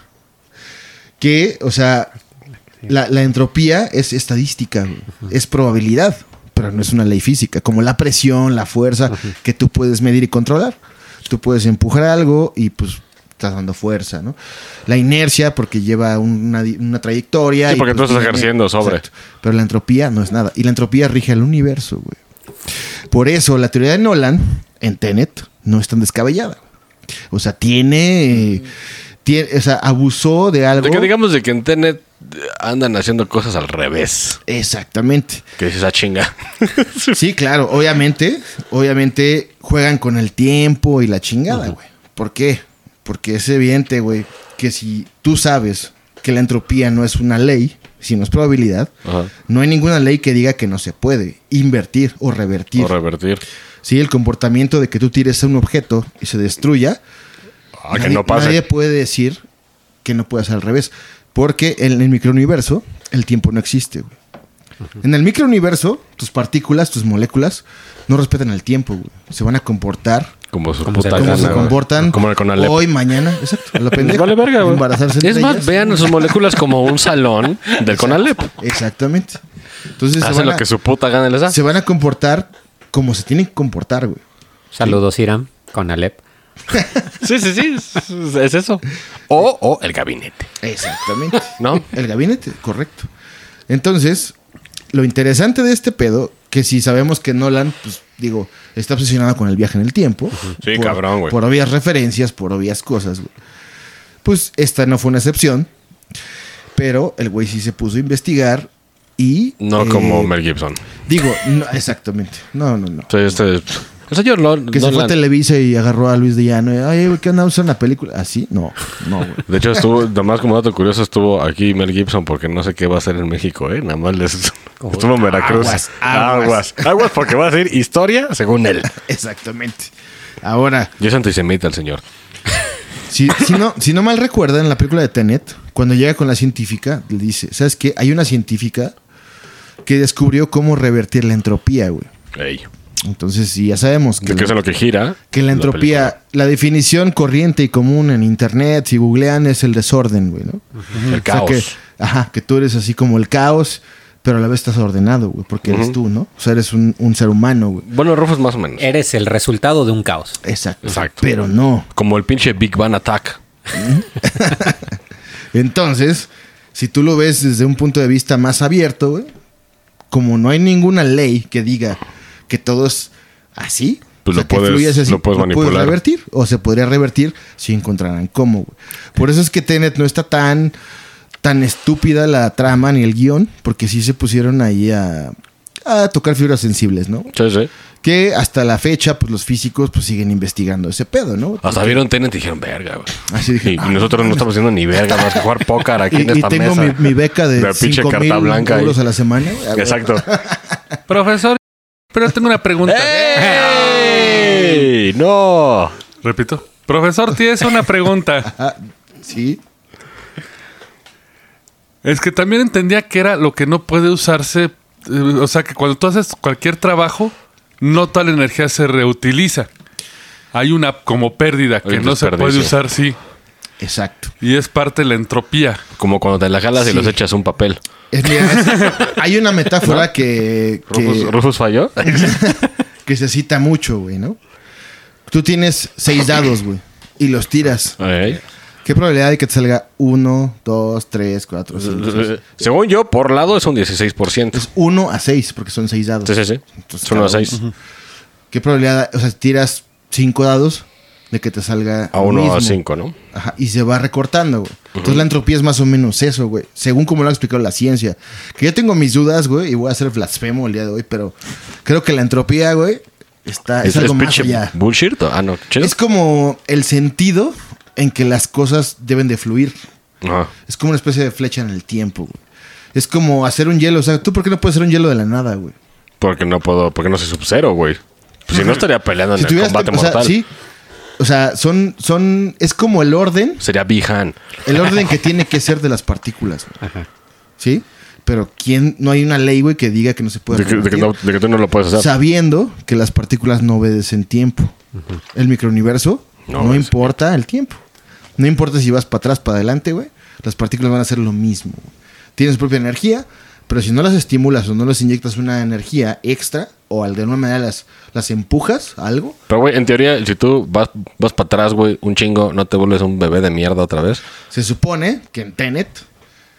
Speaker 2: que, o sea, la, la entropía es estadística, güey. es probabilidad, pero no es una ley física, como la presión, la fuerza, que tú puedes medir y controlar. Tú puedes empujar algo y pues estás dando fuerza, ¿no? La inercia porque lleva una, di- una trayectoria.
Speaker 4: Sí,
Speaker 2: y,
Speaker 4: porque
Speaker 2: pues,
Speaker 4: tú estás
Speaker 2: tiene-
Speaker 4: ejerciendo sobre.
Speaker 2: Pero la entropía no es nada. Y la entropía rige el universo, güey. Por eso la teoría de Nolan en Tenet no es tan descabellada. O sea, tiene. tiene o sea, abusó de algo.
Speaker 4: De que digamos de que en Tenet eh, andan haciendo cosas al revés.
Speaker 2: Exactamente.
Speaker 4: Que dices, ah, chinga.
Speaker 2: Sí, claro, obviamente. Obviamente juegan con el tiempo y la chingada, güey. ¿Por qué? Porque es evidente, güey, que si tú sabes que la entropía no es una ley, sino es probabilidad,
Speaker 4: Ajá.
Speaker 2: no hay ninguna ley que diga que no se puede invertir o revertir.
Speaker 4: O revertir.
Speaker 2: Sí, el comportamiento de que tú tires a un objeto y se destruya.
Speaker 4: Ah, que no pase.
Speaker 2: nadie puede decir que no puede ser al revés. Porque en el microuniverso el tiempo no existe. güey. En el microuniverso, tus partículas, tus moléculas, no respetan el tiempo. güey. Se van a comportar
Speaker 4: Como su
Speaker 5: Como se-
Speaker 4: puta
Speaker 5: Tal
Speaker 2: como
Speaker 5: gana,
Speaker 2: se
Speaker 4: güey.
Speaker 2: comportan
Speaker 4: Como el Conalep.
Speaker 2: hoy, mañana. Exacto. a lo pendejo.
Speaker 4: Vale verga, güey.
Speaker 2: Embarazarse
Speaker 4: Es
Speaker 2: entre
Speaker 4: más,
Speaker 2: ellas.
Speaker 4: vean sus moléculas como un salón del Conalep.
Speaker 2: Exactamente. Entonces se
Speaker 4: Hacen
Speaker 2: van,
Speaker 4: lo
Speaker 2: a,
Speaker 4: que su puta gana les da.
Speaker 2: se van a comportar como se tienen que comportar, güey.
Speaker 5: Saludos, Iram, con Alep.
Speaker 4: Sí, sí, sí. Es, es eso. O, o el gabinete.
Speaker 2: Exactamente.
Speaker 4: ¿No?
Speaker 2: El gabinete, correcto. Entonces, lo interesante de este pedo, que si sabemos que Nolan, pues digo, está obsesionado con el viaje en el tiempo.
Speaker 4: Sí, cabrón, güey.
Speaker 2: Por obvias referencias, por obvias cosas, güey. Pues esta no fue una excepción. Pero el güey sí se puso a investigar y.
Speaker 4: No
Speaker 2: eh,
Speaker 4: como Mel Gibson.
Speaker 2: Digo, no, exactamente. No, no, no.
Speaker 4: O sea, este es- El señor Lon-
Speaker 2: Que se fue a
Speaker 4: Nolan-
Speaker 2: Televisa y agarró a Luis de Llano. Y, Ay, güey, ¿qué onda? ¿Usa una película? Así, no, no, güey.
Speaker 4: De hecho, estuvo, nada más como dato curioso, estuvo aquí Mel Gibson porque no sé qué va a hacer en México, ¿eh? Nada más les... estuvo en Veracruz.
Speaker 2: Aguas, aguas.
Speaker 4: aguas. Aguas porque va a decir historia según él.
Speaker 2: Exactamente. Ahora,
Speaker 4: Yo soy antisemita el señor.
Speaker 2: Si, si no, si no mal recuerdan, en la película de Tenet, cuando llega con la científica, le dice, ¿sabes qué? Hay una científica que descubrió cómo revertir la entropía, güey.
Speaker 4: Ey.
Speaker 2: Entonces, sí, ya sabemos que,
Speaker 4: Que
Speaker 2: la,
Speaker 4: es a lo que gira.
Speaker 2: que la entropía, la, definición corriente y común en Internet, si googlean, es el desorden, güey, ¿no?
Speaker 4: película. El
Speaker 2: O sea
Speaker 4: caos.
Speaker 2: que, ajá, que tú eres así como el caos, pero a la vez estás ordenado, güey, porque eres tú, ¿no? O sea, eres un, un ser humano, güey.
Speaker 4: Bueno, Rufus más o menos.
Speaker 5: Eres el resultado de un caos.
Speaker 2: Exacto.
Speaker 4: Exacto.
Speaker 2: Pero Eh, no.
Speaker 4: Como el pinche Big Bang Attack.
Speaker 2: Entonces, si tú lo ves desde un punto de vista más abierto, güey, como no hay ninguna ley que diga que todo es así,
Speaker 4: Pues lo
Speaker 2: que
Speaker 4: puedes-
Speaker 2: fluyes
Speaker 4: lo puedes manipular.
Speaker 2: revertir o se podría revertir si encontraran cómo. güey. Por eso es que Tenet no está tan tan estúpida la trama ni el guión, porque sí se pusieron ahí a, a tocar fibras sensibles, ¿no?
Speaker 4: Sí, sí.
Speaker 2: Que hasta la fecha, pues los físicos pues siguen investigando ese pedo, ¿no?
Speaker 4: Hasta vieron Tenet y dijeron, verga, güey.
Speaker 2: Así dije,
Speaker 4: y, y
Speaker 2: ah,
Speaker 4: nosotros no estamos haciendo ni verga más que jugar póker aquí
Speaker 2: Y,
Speaker 4: en
Speaker 2: y
Speaker 4: esta
Speaker 2: tengo
Speaker 4: mesa.
Speaker 2: mi, mi beca de
Speaker 4: La pinche
Speaker 2: 5 mil
Speaker 4: carta blanca
Speaker 2: euros
Speaker 4: ahí.
Speaker 2: a la semana. güey. A ver,
Speaker 4: Exacto.
Speaker 3: Profesor, pero tengo una pregunta.
Speaker 2: ¡Eh!
Speaker 4: ¡Ey! ¡No!
Speaker 3: Repito. Profesor, tienes una pregunta.
Speaker 2: ah, sí.
Speaker 3: Es que también entendía que era lo que no puede usarse. eh, O sea, que cuando tú haces cualquier trabajo, no toda la energía se reutiliza. Hay una como pérdida que
Speaker 4: Un
Speaker 3: no se puede
Speaker 4: desperdicio.
Speaker 3: usar, sí.
Speaker 2: Exacto.
Speaker 3: Y es parte de la entropía.
Speaker 4: Como cuando te la jalas y
Speaker 2: Sí.
Speaker 4: los echas a un papel.
Speaker 2: Es- mira, es- hay una metáfora que,
Speaker 4: ¿Rufus,
Speaker 2: que,
Speaker 4: Rufus falló?
Speaker 2: que se cita mucho, güey, ¿no? Tú tienes seis dados, güey, y los tiras.
Speaker 4: Ey.
Speaker 2: ¿Qué probabilidad hay que te salga uno, dos, tres, cuatro, cinco? seis?
Speaker 4: Pues, eh, Según yo, por lado es un 16%.
Speaker 2: Es uno a seis, porque son seis dados.
Speaker 4: Sí, sí, sí.
Speaker 2: Entonces,
Speaker 4: Son
Speaker 2: cada
Speaker 4: los 6.
Speaker 2: ¿Qué probabilidad? O sea, si tiras cinco dados de que te salga
Speaker 4: A
Speaker 2: lo
Speaker 4: 1 a
Speaker 2: mismo.
Speaker 4: 5, ¿no?
Speaker 2: Ajá, y se va recortando, güey. Entonces la entropía es más o menos eso, güey. Según como lo ha explicado la ciencia. Que yo tengo mis dudas, güey, y voy a ser blasfemo el día de hoy, pero creo que la entropía, güey, está, Ah, es, algo más
Speaker 4: pinche
Speaker 2: allá.
Speaker 4: bullshit. Ah, no. chido.
Speaker 2: Es como el sentido en que las cosas deben de fluir.
Speaker 4: Ajá.
Speaker 2: Es como una especie de flecha en el tiempo, güey. Es como hacer un hielo. O sea, ¿tú por qué no puedes hacer un hielo de la nada, güey?
Speaker 4: Porque no puedo, porque no soy sub-zero, güey. Pues si no estaría peleando en el
Speaker 2: tuvieras
Speaker 4: combate
Speaker 2: que- o sea,
Speaker 4: mortal.
Speaker 2: sí. O sea, son, son, es como el orden
Speaker 4: Sería Bihan.
Speaker 2: El orden que tiene que ser de las partículas. güey. ¿Sí? Pero ¿quién? no hay una ley, güey, que diga que no se puede
Speaker 4: De que, de que
Speaker 2: revertir,
Speaker 4: no- de que tú no lo puedes hacer.
Speaker 2: sabiendo que las partículas no obedecen tiempo. El microuniverso
Speaker 4: No
Speaker 2: no,
Speaker 4: obedece
Speaker 2: importa el tiempo. No importa si vas para atrás, para adelante, güey. Las partículas van a hacer lo mismo. güey. Tienen su propia energía, pero si no las estimulas o no les inyectas una energía extra o al- de alguna manera las, las empujas a algo,
Speaker 4: Pero, güey, en teoría, si tú vas, vas para atrás, güey, un chingo, no te vuelves un bebé de mierda otra vez.
Speaker 2: se supone que en Tenet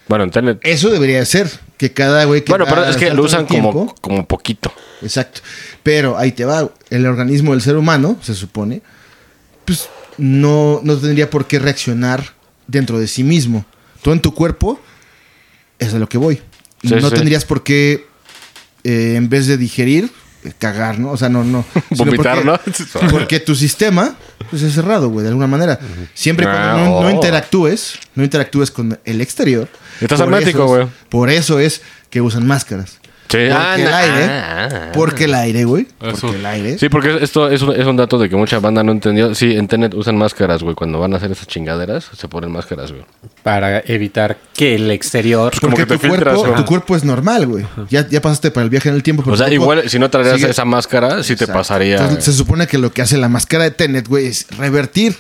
Speaker 4: Bueno, en Tenet-
Speaker 2: eso debería de ser. Que cada güey que
Speaker 4: Bueno,
Speaker 2: da
Speaker 4: pero es que
Speaker 2: salto
Speaker 4: lo
Speaker 2: en el
Speaker 4: usan
Speaker 2: tiempo-
Speaker 4: como, como poquito.
Speaker 2: Exacto. Pero ahí te va. El organismo del ser humano, se supone, pues no, no tendría por qué reaccionar dentro de sí mismo. Tú en tu cuerpo, es a lo que voy.
Speaker 4: Sí,
Speaker 2: no
Speaker 4: sí.
Speaker 2: tendrías por qué, eh, en vez de digerir, eh, cagar, ¿no? O sea, no, no. Sino
Speaker 4: Vomitar,
Speaker 2: porque,
Speaker 4: ¿no?
Speaker 2: porque tu sistema pues, es cerrado, güey, de alguna manera. Siempre
Speaker 4: Ah,
Speaker 2: cuando no, no
Speaker 4: oh.
Speaker 2: interactúes, no interactúes con el exterior. por
Speaker 4: Estás
Speaker 2: eso
Speaker 4: hermético,
Speaker 2: es-
Speaker 4: güey.
Speaker 2: Por eso es que usan máscaras.
Speaker 4: Sí.
Speaker 2: Porque
Speaker 4: Ah,
Speaker 2: el
Speaker 4: na-
Speaker 2: aire.
Speaker 4: ah, ah, ah.
Speaker 2: Porque el aire, güey.
Speaker 3: Eso.
Speaker 2: Porque el aire.
Speaker 4: Sí, porque esto es un, es un dato de que mucha banda no entendió. Sí, en Tenet usan máscaras, güey. Cuando van a hacer esas chingaderas, se ponen máscaras, güey.
Speaker 5: Para evitar que el exterior.
Speaker 4: pues como
Speaker 2: Porque
Speaker 4: que te
Speaker 2: tu, cuerpo,
Speaker 4: filtras, ¿no?
Speaker 2: tu cuerpo es normal, güey. Ya, ya pasaste para el viaje en el tiempo. pero
Speaker 4: O sea,
Speaker 2: tu cuerpo
Speaker 4: igual si no traerías
Speaker 2: sigue-
Speaker 4: esa máscara, sí te
Speaker 2: Exacto.
Speaker 4: pasaría.
Speaker 2: Entonces, se supone que lo que hace la máscara de Tenet, güey, es revertir.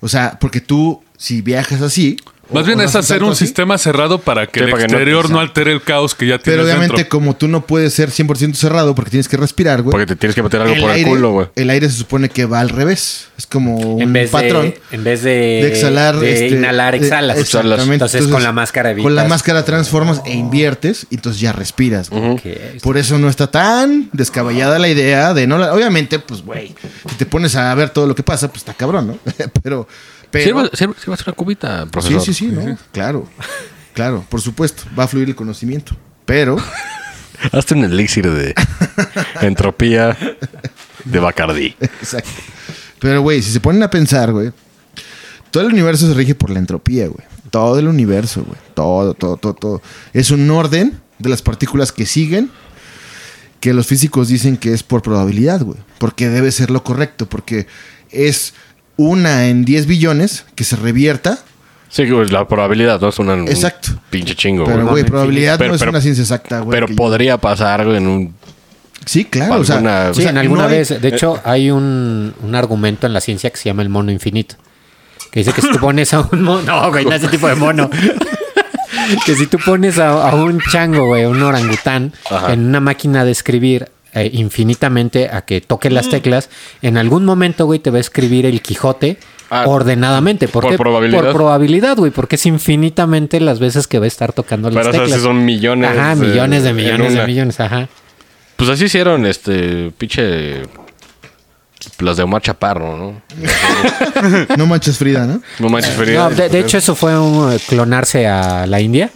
Speaker 2: O sea, porque tú, si viajas así,
Speaker 3: Más
Speaker 2: o-
Speaker 3: bien
Speaker 2: o
Speaker 3: es
Speaker 2: no
Speaker 3: hacer
Speaker 2: tanto
Speaker 3: un
Speaker 2: así.
Speaker 3: sistema cerrado para que
Speaker 4: Sí,
Speaker 3: el
Speaker 4: para que no-
Speaker 3: exterior no, altere el caos que ya tienes
Speaker 2: Pero obviamente,
Speaker 3: dentro.
Speaker 2: como tú no puedes ser 100% cerrado porque tienes que respirar, güey.
Speaker 4: Porque te tienes que meter algo por el
Speaker 2: aire,
Speaker 4: culo, güey.
Speaker 2: el aire se supone que va al revés. Es como
Speaker 5: En
Speaker 2: un
Speaker 5: vez,
Speaker 2: patrón.
Speaker 5: de, en vez de,
Speaker 2: de exhalar,
Speaker 5: de
Speaker 2: este,
Speaker 5: inhalar,
Speaker 2: eh,
Speaker 5: exhalas.
Speaker 4: exhalas.
Speaker 2: exactamente.
Speaker 5: Entonces, con la máscara evitas.
Speaker 2: Con la máscara transformas e inviertes y entonces ya respiras. güey.
Speaker 5: Ok.
Speaker 2: Por eso no está tan descabellada la idea de no. la- obviamente, pues, güey, si te pones a ver todo lo que pasa, pues está cabrón, ¿no? pero. pero
Speaker 4: Sirva- sirva- sírvase una cubita,
Speaker 2: sí,
Speaker 4: profesor.
Speaker 2: pues, sí, sí, ¿no? Claro. Claro, por supuesto. Va a fluir el conocimiento. Pero.
Speaker 4: Hazte un elixir de entropía de Bacardí.
Speaker 2: Exacto. Pero, güey, si se ponen a pensar, güey, todo el universo se rige por la entropía, güey. Todo el universo, güey. Todo, todo, todo, todo. Es un orden de las partículas que siguen que los físicos dicen que es por probabilidad, güey. Porque debe ser lo correcto, porque es una en 10 billones que se revierta.
Speaker 4: Sí, güey, la probabilidad, ¿no? Es una, un
Speaker 2: Exacto.
Speaker 4: pinche chingo,
Speaker 2: Pero, güey, probabilidad
Speaker 4: Pero-
Speaker 2: no es
Speaker 4: pero-
Speaker 2: una ciencia exacta, güey.
Speaker 4: Pero
Speaker 2: que-
Speaker 4: podría pasar güey, en un...
Speaker 2: Sí, claro. o sea,
Speaker 4: alguna-
Speaker 2: o
Speaker 5: Sí,
Speaker 2: sea,
Speaker 5: en alguna
Speaker 2: no hay-
Speaker 5: vez. De hecho, hay un, un argumento en la ciencia que se llama el mono infinito. Que dice que si tú pones a un mono. No, güey, no es ese tipo de mono. que si tú pones a, a un chango, güey, un orangután,
Speaker 4: Ajá.
Speaker 5: en una máquina de escribir eh, infinitamente a que toque
Speaker 2: Mm.
Speaker 5: las teclas, en algún momento, güey, te va a escribir el Quijote.
Speaker 4: Ah,
Speaker 5: ordenadamente. ¿Por,
Speaker 4: por
Speaker 5: qué?
Speaker 4: probabilidad.
Speaker 5: Por probabilidad, güey, porque es infinitamente las veces que va a estar tocando las
Speaker 4: Pero esas
Speaker 5: teclas.
Speaker 4: sí son millones.
Speaker 5: Ajá,
Speaker 4: de-
Speaker 5: millones de
Speaker 4: en
Speaker 5: millones de
Speaker 4: una.
Speaker 5: millones, ajá.
Speaker 4: Pues así hicieron, este, pinche... Las de Omar Chaparro, ¿no?
Speaker 2: No manches Frida, ¿no?
Speaker 4: No manches, Frida.
Speaker 5: No, de, de hecho, eso fue un, eh, clonarse a la India.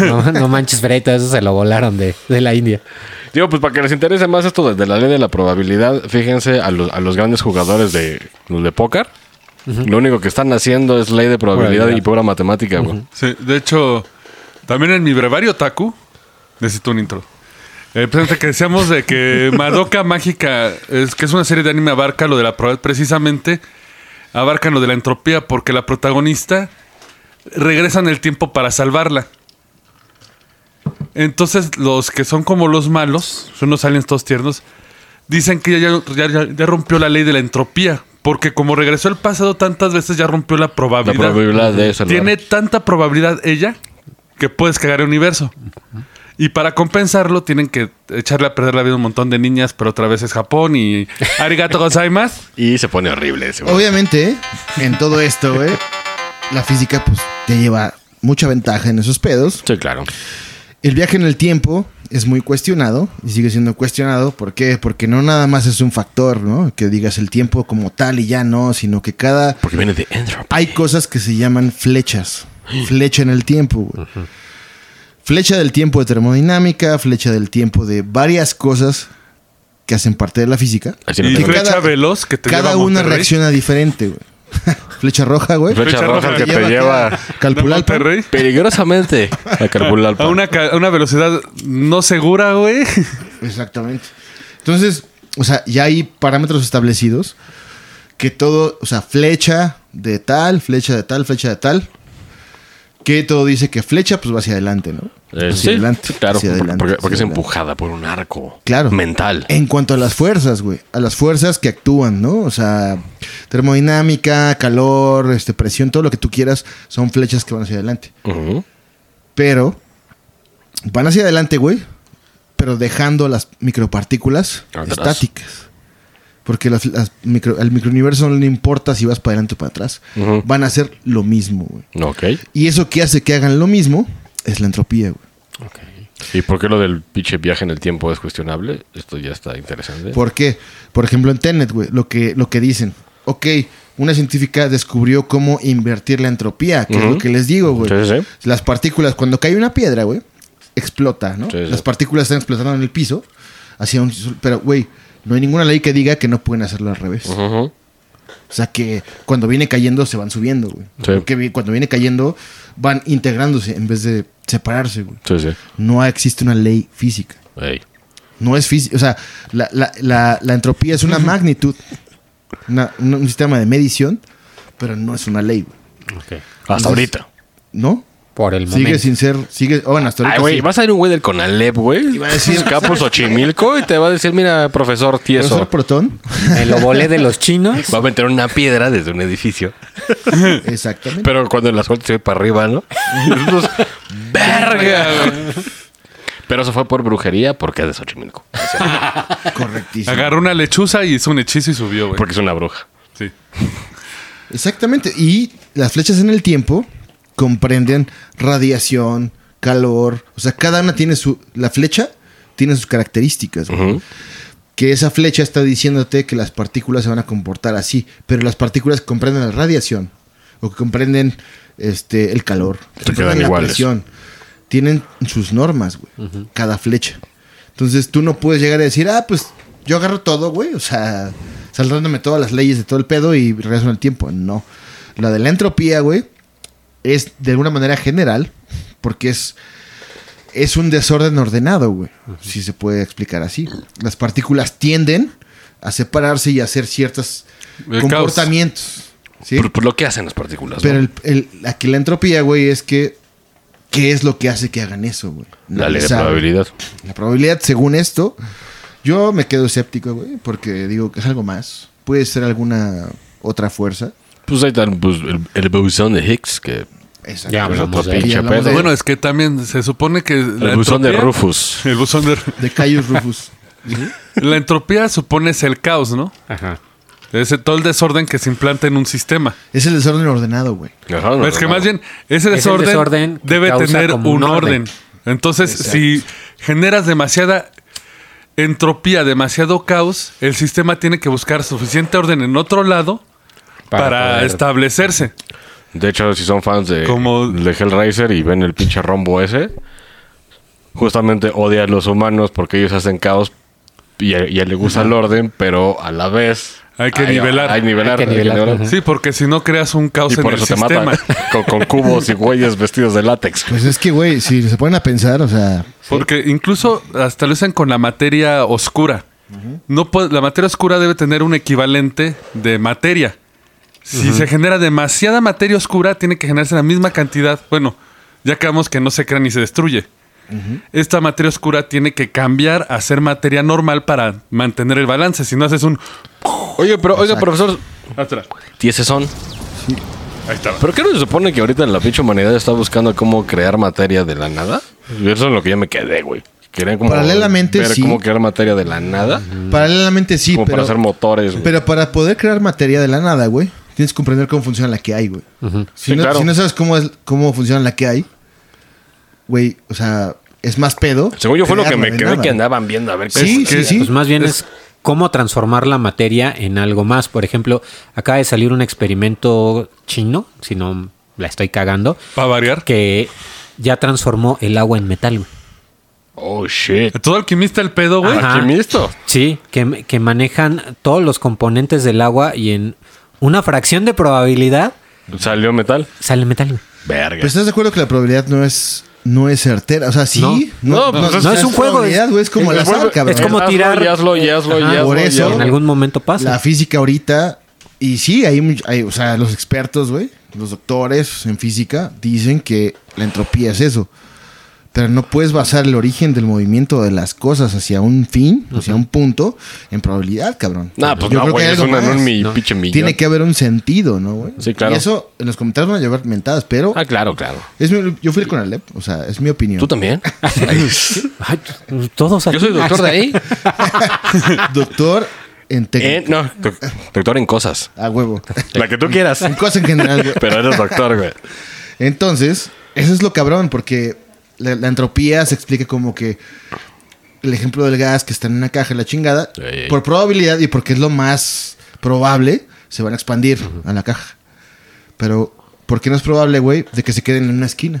Speaker 5: No, no manches, Frey, todo eso se lo volaron de, de la India.
Speaker 4: Digo, pues para que les interese más esto de, de la ley de la probabilidad, fíjense a los, a los grandes jugadores de, de póker. Lo único que están haciendo es ley de probabilidad y
Speaker 5: Probabilidad.
Speaker 4: pura matemática, güey.
Speaker 3: Sí, de hecho, también en mi brevario Taku, necesito un intro. Eh, pues, antes que decíamos de que Madoka Mágica, es, que es una serie de anime, abarca lo de la probabilidad, precisamente abarcan lo de la entropía, porque la protagonista regresa en el tiempo para salvarla. Entonces, los que son como los malos, son unos aliens todos tiernos, dicen que ya, ya- ya- ya rompió la ley de la entropía, porque como regresó al pasado tantas veces, ya rompió la
Speaker 4: La
Speaker 3: probabilidad.
Speaker 4: probabilidad de eso.
Speaker 3: Tiene tanta probabilidad ella que puedes cagar el universo. Y para compensarlo tienen que echarle a perder la vida a un montón de niñas, pero otra vez es Japón y arigato gozaimasu.
Speaker 4: Y se pone horrible ese, güey.
Speaker 2: Obviamente, ¿eh? en todo esto, güey, la física pues te lleva mucha ventaja en esos pedos.
Speaker 4: Sí, claro.
Speaker 2: El viaje en el tiempo es muy cuestionado y sigue siendo cuestionado. ¿Por qué? Porque no nada más es un factor, ¿no? Que digas el tiempo como tal y ya no, sino que cada...
Speaker 4: Porque viene de Endrop.
Speaker 2: Hay cosas que se llaman flechas. Flecha en el tiempo, güey. Flecha del tiempo de termodinámica, flecha del tiempo de varias cosas que hacen parte de la física.
Speaker 4: Así lo
Speaker 3: Y
Speaker 4: tengo.
Speaker 3: flecha
Speaker 2: cada-
Speaker 3: veloz que te lleva
Speaker 2: Cada
Speaker 3: a
Speaker 2: una
Speaker 3: Monterrey.
Speaker 2: reacciona diferente, güey. Flecha roja, güey.
Speaker 4: Flecha
Speaker 3: Flecha
Speaker 4: roja
Speaker 3: roja
Speaker 4: que
Speaker 3: que
Speaker 4: te lleva
Speaker 2: a
Speaker 3: ¿No,
Speaker 2: Calcular.
Speaker 3: Monterrey?
Speaker 4: peligrosamente a calcular.
Speaker 3: A una, ca- a una velocidad no segura, güey.
Speaker 2: Exactamente. Entonces, o sea, ya hay parámetros establecidos que todo, o sea, flecha de tal, flecha de tal, flecha de tal, que todo dice que flecha pues va hacia adelante, ¿no?
Speaker 4: Eh,
Speaker 2: hacia
Speaker 4: sí,
Speaker 2: adelante,
Speaker 4: sí, claro.
Speaker 2: hacia adelante,
Speaker 4: porque
Speaker 2: hacia
Speaker 4: porque es
Speaker 2: adelante.
Speaker 4: empujada por un arco
Speaker 2: Claro. Eh.
Speaker 4: mental.
Speaker 2: En cuanto a las fuerzas, güey, a las fuerzas que actúan, ¿no? O sea, termodinámica, calor, este presión, todo lo que tú quieras, son flechas que van hacia adelante.
Speaker 4: Ujú.
Speaker 2: Pero van hacia adelante, güey, pero dejando las micropartículas
Speaker 4: Atrás.
Speaker 2: estáticas. Porque las- las micro- al microuniverso no le importa si vas para adelante o para atrás.
Speaker 4: Ujú.
Speaker 2: Van a hacer lo mismo, güey.
Speaker 4: Ok.
Speaker 2: Y eso que hace que hagan lo mismo es la entropía, güey.
Speaker 4: ¿Y por qué lo del pinche viaje en el tiempo es cuestionable? Esto ya está interesante.
Speaker 2: ¿Por qué? Por ejemplo, en Tenet, güey, lo que, lo que dicen. Ok, una científica descubrió cómo invertir la entropía, que es lo
Speaker 4: Ujú.
Speaker 2: que les digo, güey.
Speaker 4: Sí, sí, sí.
Speaker 2: Las partículas, cuando cae una piedra, güey, explota, ¿no?
Speaker 4: Sí, sí.
Speaker 2: Las partículas están explotando en el piso, hacia un... Pero, güey, no hay ninguna ley que diga que no pueden hacerlo al revés.
Speaker 4: Ujú.
Speaker 2: O sea, que cuando viene cayendo se van subiendo, güey.
Speaker 4: Sí.
Speaker 2: Porque vi- cuando viene cayendo van integrándose en vez de separarse, güey.
Speaker 4: Sí, sí.
Speaker 2: No existe una ley física.
Speaker 4: Ey.
Speaker 2: No es física. O sea, la, la- la- la entropía es una magnitud, una- un, un sistema de medición, pero no es una ley, güey.
Speaker 5: Ok.
Speaker 4: Hasta ahorita.
Speaker 2: ¿No?
Speaker 5: Por el
Speaker 2: Sigue
Speaker 5: momento.
Speaker 2: sin ser. Sigue, oh, bueno, hasta
Speaker 4: Ay,
Speaker 2: ahorita
Speaker 4: güey,
Speaker 2: sí.
Speaker 4: vas a ir un güey del Conalep, güey. Va a decir Capos Ochimilco y te va a decir, mira, profesor
Speaker 2: Profesor
Speaker 4: tieso.
Speaker 2: Protón.
Speaker 5: Me lo volé de los chinos.
Speaker 4: Va a meter una piedra desde un edificio.
Speaker 2: Exactamente.
Speaker 4: Pero cuando la suelta se ve para arriba, ¿no? Y nosotros, ¡Verga! güey! Pero eso fue por brujería porque es de Xochimilco. O sea,
Speaker 2: Correctísimo.
Speaker 3: Agarró una lechuza y hizo un hechizo y subió, güey.
Speaker 4: porque es una bruja.
Speaker 3: Sí.
Speaker 2: Exactamente. Y las flechas en el tiempo comprenden radiación, calor. O sea, cada una tiene su. La flecha tiene sus características. güey. Que esa flecha está diciéndote que las partículas se van a comportar así. Pero las partículas que comprenden la radiación. O que comprenden este, el calor. que
Speaker 4: Se quedan
Speaker 2: comprenden la
Speaker 4: iguales.
Speaker 2: presión. Tienen sus normas, güey. Cada flecha. Entonces tú no puedes llegar a decir, ah, pues yo agarro todo, güey. O sea, saltándome todas las leyes de todo el pedo y regreso en el tiempo. No. La de la entropía, güey, es de alguna manera general, porque es, es un desorden ordenado, güey. Si se puede explicar así. Las partículas tienden a separarse y a hacer ciertos
Speaker 3: El
Speaker 2: comportamientos. ¿sí?
Speaker 4: Por, por lo que hacen las partículas.
Speaker 2: Pero
Speaker 4: Pues ¿no?
Speaker 2: el, el- aquí la entropía, güey, es que. ¿Qué es lo que hace que hagan eso, güey?
Speaker 4: la ley
Speaker 2: Nadie
Speaker 4: de
Speaker 2: sabe.
Speaker 4: probabilidad.
Speaker 2: La probabilidad, según esto, yo me quedo escéptico, güey, porque digo que es algo más. Puede ser alguna otra fuerza.
Speaker 4: Pues ahí está pues, el, el bosón de Higgs, que
Speaker 2: Esa
Speaker 5: Ya
Speaker 2: cosa.
Speaker 5: hablamos
Speaker 4: otro
Speaker 5: de-
Speaker 4: pinche
Speaker 2: Ya hablamos
Speaker 4: pedo.
Speaker 2: de-
Speaker 3: Bueno, es que también se supone que.
Speaker 4: el buzón de Rufus.
Speaker 3: El buzón de.
Speaker 2: De Caius Rufus.
Speaker 3: La entropía supone es el caos, ¿no?
Speaker 5: Ajá.
Speaker 3: Es todo el desorden que se implanta en un sistema.
Speaker 2: es el desorden ordenado, güey.
Speaker 4: Ajá,
Speaker 3: Pero
Speaker 4: no,
Speaker 3: es que
Speaker 4: no,
Speaker 3: más
Speaker 4: no.
Speaker 3: bien, ese
Speaker 5: Es el
Speaker 3: desorden,
Speaker 5: desorden que
Speaker 3: debe
Speaker 5: causa
Speaker 3: tener
Speaker 5: como
Speaker 3: un
Speaker 5: un
Speaker 3: orden.
Speaker 5: orden.
Speaker 3: Entonces, si generas demasiada entropía, demasiado caos, el sistema tiene que buscar suficiente orden en otro lado para,
Speaker 5: poder-
Speaker 3: establecerse.
Speaker 4: De hecho, si son fans de,
Speaker 3: Como-
Speaker 4: de Hellraiser y ven el pinche rombo ese, justamente odia a los humanos porque ellos hacen caos y a, y a él le gusta el orden, pero a la vez...
Speaker 3: Hay que nivelar.
Speaker 4: Hay, nivelar.
Speaker 5: Hay que
Speaker 4: hay que
Speaker 5: nivelar,
Speaker 4: nivelar.
Speaker 3: Sí, porque si no creas un caos
Speaker 4: Y
Speaker 3: en
Speaker 4: por
Speaker 3: el
Speaker 4: eso te
Speaker 3: sistema.
Speaker 4: matan con, con cubos y güeyes vestidos de látex.
Speaker 2: Pues es que, güey, si se ponen a pensar, o sea,
Speaker 3: Porque incluso hasta lo usan con la materia oscura. no puede- la materia oscura debe tener un equivalente de materia. Si se genera demasiada materia oscura, tiene que generarse la misma cantidad. Bueno, ya acabamos que no se crea ni se destruye. Esta materia oscura tiene que cambiar a ser materia normal para mantener el balance. Si no haces un...
Speaker 4: Oye, pero, oiga, profesor, ¿y ese son?
Speaker 3: Ahí estaba.
Speaker 4: ¿Pero qué no se supone que ahorita la pinche humanidad está buscando cómo crear materia de la nada? Eso es lo que yo me quedé, güey. Querían como
Speaker 2: Paralelamente,
Speaker 4: ver
Speaker 2: sí.
Speaker 4: cómo crear materia de la nada.
Speaker 2: paralelamente sí,
Speaker 4: como
Speaker 2: pero,
Speaker 4: para hacer motores. güey.
Speaker 2: pero para poder crear materia de la nada, güey, tienes que comprender cómo funciona la que hay, güey. si,
Speaker 4: Sí,
Speaker 2: no,
Speaker 4: claro.
Speaker 2: si no sabes cómo, es, cómo funciona la que hay, güey, o sea, es más pedo.
Speaker 4: Según yo fue lo que me
Speaker 2: crearla de
Speaker 4: quedé
Speaker 2: nada,
Speaker 4: que
Speaker 2: güey.
Speaker 4: andaban viendo a ver qué
Speaker 2: Sí,
Speaker 4: es-
Speaker 2: sí,
Speaker 4: qué-
Speaker 2: sí.
Speaker 5: Pues más bien es, cómo transformar la materia en algo más. Por ejemplo, acaba de salir un experimento chino, si no la estoy cagando,
Speaker 3: Para variar.
Speaker 5: que ya transformó el agua en metal. güey.
Speaker 4: Oh shit.
Speaker 3: Todo alquimista el pedo, güey.
Speaker 5: Ajá.
Speaker 4: Alquimisto.
Speaker 5: Sí, que, que manejan todos los componentes del agua y en una fracción de probabilidad
Speaker 4: Salió metal.
Speaker 5: sale metal. güey.
Speaker 4: Verga.
Speaker 2: Pero estás de acuerdo que la probabilidad no es no es certera, o sea, sí,
Speaker 5: No.
Speaker 4: No, pues es- no es
Speaker 2: la
Speaker 5: un juego,
Speaker 2: probabilidad,
Speaker 5: es-
Speaker 2: güey, es como
Speaker 4: Es-
Speaker 2: la azar,
Speaker 4: vuelve-
Speaker 2: Ah, cabrón.
Speaker 5: es como
Speaker 4: Hazlo,
Speaker 5: tirar- eh,
Speaker 4: y hazlo, y hazlo, y
Speaker 5: Ajá.
Speaker 4: hazlo,
Speaker 2: Por
Speaker 4: y
Speaker 2: eso-
Speaker 4: hazlo.
Speaker 5: En algún momento pasa.
Speaker 2: La física ahorita, y sí, hay, much- hay, o sea, los expertos, güey, los doctores en física, dicen que la entropía es eso. Pero no puedes basar el origen del movimiento de las cosas hacia un fin, hacia un punto, en probabilidad, cabrón.
Speaker 4: Nah, pues
Speaker 2: Yo
Speaker 4: no,
Speaker 2: creo
Speaker 4: güey.
Speaker 2: que hay
Speaker 4: Es
Speaker 2: algo
Speaker 4: una en
Speaker 2: más.
Speaker 4: un mi pinche millón.
Speaker 2: Tiene que haber un sentido, ¿no, güey?
Speaker 4: Sí, claro.
Speaker 2: Y eso, en los comentarios van a llevar mentadas, pero
Speaker 4: Ah, claro, claro.
Speaker 2: es mi- yo fui con Alep, o sea, es mi opinión.
Speaker 4: ¿Tú también?
Speaker 5: Ay, pues, todos aquí.
Speaker 4: Yo soy doctor de ahí.
Speaker 2: Doctor en técnica.
Speaker 4: Eh, no, doc- doctor en cosas.
Speaker 2: A huevo.
Speaker 4: La que tú quieras.
Speaker 2: En cosas en general, güey.
Speaker 4: Pero eres doctor, güey.
Speaker 2: Entonces, eso es lo cabrón, porque la, la entropía se explica como que el ejemplo del gas que está en una caja, la chingada,
Speaker 4: Ey, ey.
Speaker 2: por probabilidad y porque es lo más probable, se van a expandir a la caja. Pero, ¿por qué no es probable, güey, de que se queden en una esquina?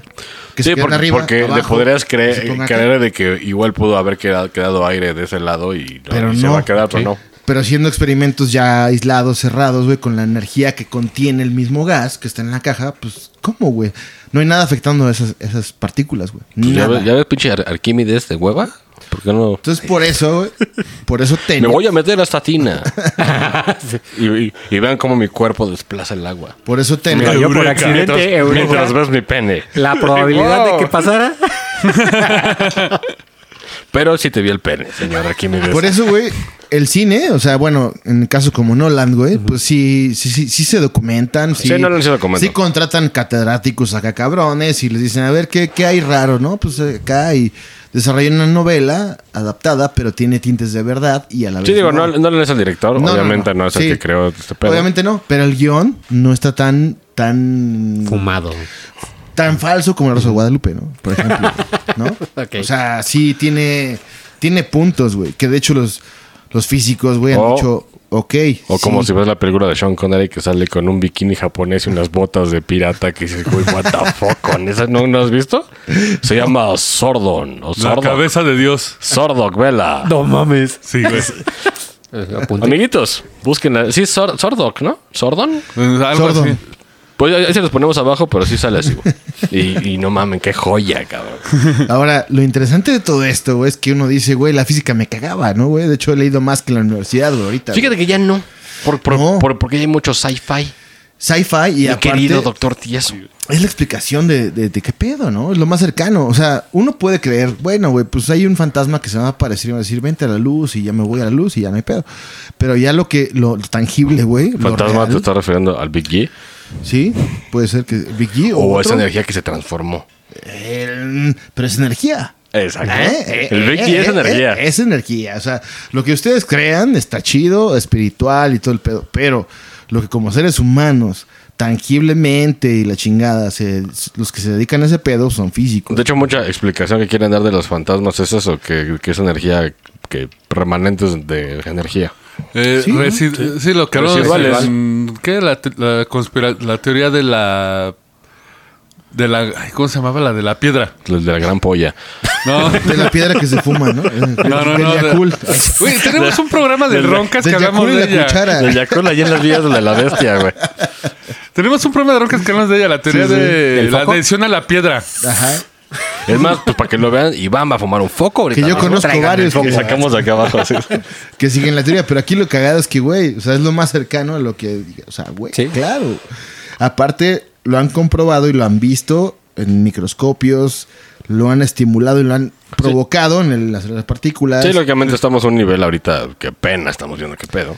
Speaker 2: Que se
Speaker 4: Sí,
Speaker 2: queden
Speaker 4: porque,
Speaker 2: arriba,
Speaker 4: porque le
Speaker 2: abajo,
Speaker 4: podrías
Speaker 2: que se
Speaker 4: creer,
Speaker 2: pongan acá.
Speaker 4: creer de que igual pudo haber quedado, quedado aire de ese lado y,
Speaker 2: Pero
Speaker 4: y
Speaker 2: no.
Speaker 4: se va a quedar otro,
Speaker 2: Sí.
Speaker 4: ¿no?
Speaker 2: Pero haciendo experimentos ya aislados, cerrados, güey, con la energía que contiene el mismo gas que está en la caja, pues, ¿cómo, güey? No hay nada afectando a esas, esas partículas, güey.
Speaker 4: Pues ya,
Speaker 2: Nada.
Speaker 4: ves, ya ves pinche Ar- Arquímedes de hueva. ¿Por qué no?
Speaker 2: Entonces, por eso, güey, por eso
Speaker 4: Me
Speaker 2: tenis.
Speaker 4: voy a meter a estatina. y, y- y vean cómo mi cuerpo desplaza el agua.
Speaker 2: Por eso tenis.
Speaker 5: Mira, yo por
Speaker 3: Eureka.
Speaker 5: accidente,
Speaker 4: Mientras,
Speaker 5: eureka,
Speaker 4: mientras ves mi pene.
Speaker 5: la probabilidad de que pasara.
Speaker 4: Pero sí te vi el pene, señor. Aquí me ves.
Speaker 2: Por eso, güey, el cine, o sea, bueno, en caso como Nolan, güey, pues sí, sí, sí, sí se documentan. Sí,
Speaker 4: Sí, Nolan se documenta.
Speaker 2: Sí contratan catedráticos acá cabrones y les dicen, a ver, ¿qué, qué hay raro, no? Pues acá y desarrollan una novela adaptada, pero tiene tintes de verdad y a la vez...
Speaker 4: Sí, digo, no, no es el director.
Speaker 2: No, no,
Speaker 4: obviamente no, es el
Speaker 2: Sí.
Speaker 4: que creó este pedo.
Speaker 2: Obviamente no, pero el guión no está tan, tan,
Speaker 5: Fumado.
Speaker 2: tan falso como el Rosa de Guadalupe, ¿no? Por ejemplo, ¿no?
Speaker 5: Ok.
Speaker 2: O sea, sí tiene, tiene puntos, güey, que de hecho los, los físicos, güey, han
Speaker 4: O-
Speaker 2: dicho, ok.
Speaker 4: Oh. O como
Speaker 2: sí,
Speaker 4: si ves la película de Sean Connery que sale con un bikini japonés y unas botas de pirata que dices, güey, what the fuck, con esa no, ¿no has visto? Se llama Sordon o
Speaker 3: La
Speaker 4: Sordoc.
Speaker 3: cabeza de Dios.
Speaker 4: Sordoc Vela.
Speaker 5: No mames.
Speaker 3: Sí, güey.
Speaker 5: Apunté.
Speaker 4: Amiguitos, busquen. la- Sí, Sor- Sordoc, ¿no? ¿Sordon?
Speaker 3: Algo
Speaker 2: Sordo.
Speaker 3: así.
Speaker 4: Pues ahí se los ponemos abajo, pero sí sale así, güey. Y, y no mamen, qué joya, cabrón.
Speaker 2: Ahora, lo interesante de todo esto, güey, es que uno dice, güey, la física me cagaba, ¿no, güey? De hecho, he leído más que en la universidad, güey, ahorita. güey.
Speaker 4: Fíjate que ya no. Por, por-
Speaker 2: No.
Speaker 4: por- porque ya hay mucho sci-fi.
Speaker 2: Sci-fi y,
Speaker 4: Mi
Speaker 2: aparte,
Speaker 4: querido doctor Tieso.
Speaker 2: es la explicación de, de- de qué pedo, ¿no? Es lo más cercano. O sea, uno puede creer, bueno, güey, pues hay un fantasma que se me va a aparecer y me va a decir, vente a la luz y ya me voy a la luz y ya no hay pedo. Pero ya lo que, lo, lo tangible, güey. lo
Speaker 4: Fantasma, ¿te
Speaker 2: real,
Speaker 4: estás refiriendo al Big G?
Speaker 2: Sí, puede ser que Big G o,
Speaker 4: O a esa
Speaker 2: otro.
Speaker 4: energía que se transformó.
Speaker 2: El- pero es energía.
Speaker 4: Exacto.
Speaker 2: ¿Eh?
Speaker 4: el Big
Speaker 2: Eh,
Speaker 4: G es
Speaker 2: eh,
Speaker 4: energía.
Speaker 2: eh, es energía. O sea, lo que ustedes crean está chido, espiritual y todo el pedo. Pero lo que como seres humanos, tangiblemente y la chingada, se- los que se dedican a ese pedo son físicos.
Speaker 4: De hecho, mucha explicación que quieren dar de los fantasmas es eso, que, que es energía, que remanentes de energía.
Speaker 3: Eh,
Speaker 2: Sí, ¿no?
Speaker 3: resi- sí. lo que hablamos
Speaker 4: Residuales.
Speaker 3: en- ¿Qué? La, te- la conspira- la teoría de la... De la... ay, ¿Cómo se llamaba? La de la piedra.
Speaker 4: Los de la gran polla.
Speaker 3: No,
Speaker 2: De la piedra que se fuma, ¿no?
Speaker 3: no, no.
Speaker 2: Del
Speaker 3: no, de-
Speaker 2: Yakult.
Speaker 3: Güey, tenemos un programa de
Speaker 4: del-
Speaker 3: roncas que
Speaker 2: Del
Speaker 3: hablamos
Speaker 2: Yakult y
Speaker 3: de
Speaker 2: la
Speaker 3: ella.
Speaker 2: cuchara.
Speaker 4: El Yakul allá en las vías de la bestia, güey.
Speaker 3: Tenemos un programa de roncas que hablamos de ella. La
Speaker 2: Sí,
Speaker 3: teoría
Speaker 2: sí.
Speaker 3: de
Speaker 5: ¿Del
Speaker 3: la
Speaker 5: foco?
Speaker 3: adicción a la piedra.
Speaker 2: Ajá.
Speaker 4: Es más, pues para que lo vean, Iván va a fumar un foco ahorita.
Speaker 2: Que yo
Speaker 4: ¿no?
Speaker 2: conozco
Speaker 5: traigan el
Speaker 2: varios
Speaker 4: Lo
Speaker 2: que, Ah,
Speaker 4: sacamos de acá abajo. así.
Speaker 2: que siguen la teoría, pero aquí lo cagado es que, güey, o sea, es lo más cercano a lo que, o sea, güey,
Speaker 5: Sí.
Speaker 2: claro. Aparte, lo han comprobado y lo han visto en microscopios, lo han estimulado y lo han provocado en el- las, las partículas.
Speaker 4: Sí, lógicamente estamos a un nivel ahorita que apenas estamos viendo qué pedo.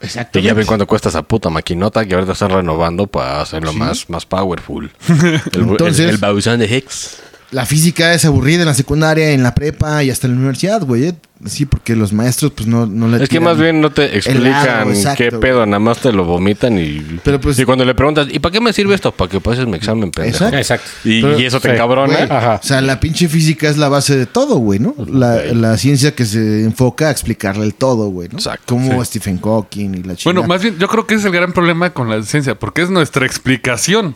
Speaker 2: Exacto.
Speaker 4: Que ya ven cuánto cuesta esa puta maquinota que ahorita están renovando para hacerlo más, más powerful. El,
Speaker 2: Entonces-
Speaker 4: el, el Bausán de Higgs.
Speaker 2: La física es aburrida en la secundaria, en la prepa y hasta en la universidad, güey. ¿eh? Sí, porque los maestros, pues, no, no le
Speaker 4: Es que
Speaker 2: tiran-
Speaker 4: más bien no te explican
Speaker 2: helado, exacto,
Speaker 4: qué
Speaker 2: güey.
Speaker 4: pedo, nada más te lo vomitan y,
Speaker 2: Pero pues-
Speaker 4: y cuando le preguntas, ¿y para qué me sirve esto? Para que pases mi examen, pendejo.
Speaker 2: Exacto.
Speaker 5: Exacto.
Speaker 4: Y,
Speaker 5: Pero-
Speaker 4: y eso te
Speaker 5: sí.
Speaker 4: encabrona.
Speaker 2: Güey, O sea, la pinche física es la base de todo, güey, ¿no? La, la ciencia que se enfoca a explicarle el todo, güey, ¿no?
Speaker 4: Exacto.
Speaker 2: Como Stephen Hawking y la chica.
Speaker 3: Bueno, más bien, yo creo que es el gran problema con la ciencia, porque es nuestra explicación.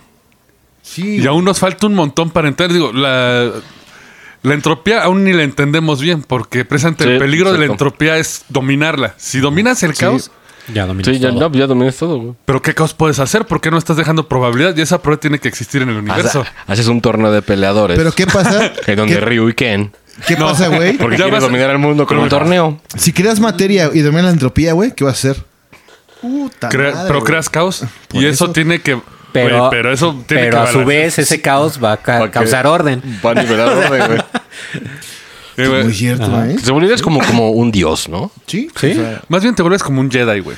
Speaker 2: Sí.
Speaker 3: Y aún nos falta un montón para entender. Digo, la, la entropía aún ni la entendemos bien, porque precisamente
Speaker 4: Sí,
Speaker 3: el peligro de la
Speaker 4: exacto.
Speaker 3: entropía es dominarla. Si dominas el caos,
Speaker 5: Ya dominas
Speaker 4: Sí, ya,
Speaker 5: todo.
Speaker 4: no, ya dominas todo, güey.
Speaker 3: ¿pero qué caos puedes hacer? ¿Por qué no estás dejando probabilidad? Y esa probabilidad tiene que existir en el universo.
Speaker 4: Haces- haces un torneo de peleadores.
Speaker 2: Pero ¿qué pasa?
Speaker 4: En donde
Speaker 2: ¿Qué,
Speaker 4: Ryu y Ken.
Speaker 2: qué
Speaker 3: No.
Speaker 2: pasa, güey?
Speaker 4: Porque
Speaker 3: Ya
Speaker 4: quieres
Speaker 3: vas-
Speaker 4: dominar el mundo con un torneo.
Speaker 2: Si creas materia y dominas la entropía, güey, ¿qué vas a hacer? Puta
Speaker 3: Crea-
Speaker 2: madre,
Speaker 3: pero
Speaker 2: güey.
Speaker 3: creas caos.
Speaker 2: Por
Speaker 3: y eso,
Speaker 2: eso-
Speaker 3: tiene que.
Speaker 5: Pero,
Speaker 3: Oye, pero eso tiene
Speaker 5: pero
Speaker 3: que
Speaker 5: a su
Speaker 3: balancear.
Speaker 5: vez ese caos va a ca-
Speaker 4: Pa' que-
Speaker 5: causar orden.
Speaker 4: Va a nivelar orden, güey.
Speaker 3: Eh, güey,
Speaker 2: Muy cierto, ¿eh?
Speaker 4: Te volverías como, como un dios, ¿no?
Speaker 2: Sí.
Speaker 5: Sí.
Speaker 3: Más bien te vuelves como un Jedi, güey.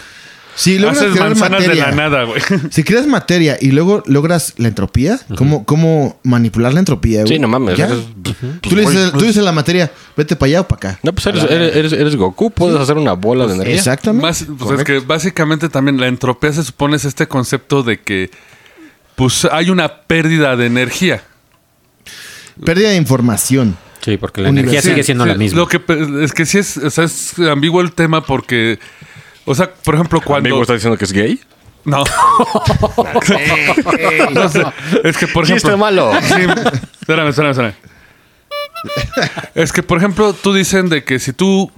Speaker 2: Si logras
Speaker 3: Haces
Speaker 2: crear
Speaker 3: manzanas de
Speaker 2: materia,
Speaker 3: la nada, güey.
Speaker 2: si creas materia y luego logras la entropía, ¿cómo, cómo manipular la entropía, güey?
Speaker 4: Sí, no mames.
Speaker 2: Ya.
Speaker 4: eres- Pues,
Speaker 2: Tú le dices, tú dices a la materia, vete para allá o para acá.
Speaker 4: No, pues eres, eres, eres- eres Goku, puedes hacer una bola de energía.
Speaker 2: Exactamente.
Speaker 3: Más- pues, es
Speaker 2: Correcto.
Speaker 3: que básicamente también la entropía se supone es este concepto de que pues hay una pérdida de energía.
Speaker 2: Pérdida de información.
Speaker 5: Sí, porque la
Speaker 2: Universal.
Speaker 5: energía sigue siendo
Speaker 3: Sí,
Speaker 5: la misma.
Speaker 3: Lo que pe- es que sí es, o sea, es ambiguo el tema porque o sea, por ejemplo, cuando
Speaker 4: Amigo, ¿estás diciendo que es gay?
Speaker 3: no. No sé, es que por
Speaker 4: Chiste
Speaker 3: ejemplo
Speaker 4: malo.
Speaker 3: Sí, espérame, espérame, espérame. Es que por ejemplo, tú dicen de que si tú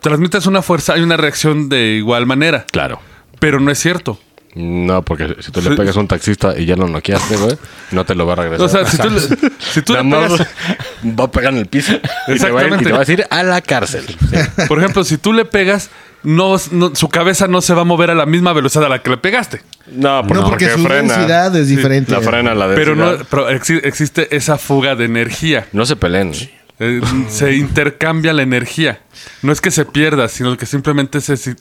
Speaker 3: transmites una fuerza hay una reacción de igual manera,
Speaker 4: Claro.
Speaker 3: pero no es cierto.
Speaker 4: No, porque si tú le pegas a un taxista y ya lo noqueaste, güey, no te lo va a regresar.
Speaker 3: O sea, si tú, le- si tú le
Speaker 4: Nada más
Speaker 3: pegas,
Speaker 4: va a pegar en el piso y te, va a ir, y
Speaker 3: Exactamente.
Speaker 4: te vas a ir a la cárcel.
Speaker 3: por ejemplo, si tú le pegas, no, no- su cabeza no se va a mover a la misma velocidad a la que le pegaste.
Speaker 4: Pues No,
Speaker 2: No, porque su densidad es diferente.
Speaker 4: La frena, la densidad.
Speaker 3: Pero no, pero exi- existe esa fuga de energía.
Speaker 4: No se peleen.
Speaker 3: Eh, se intercambia la energía. No es que se pierda, sino que simplemente se. si-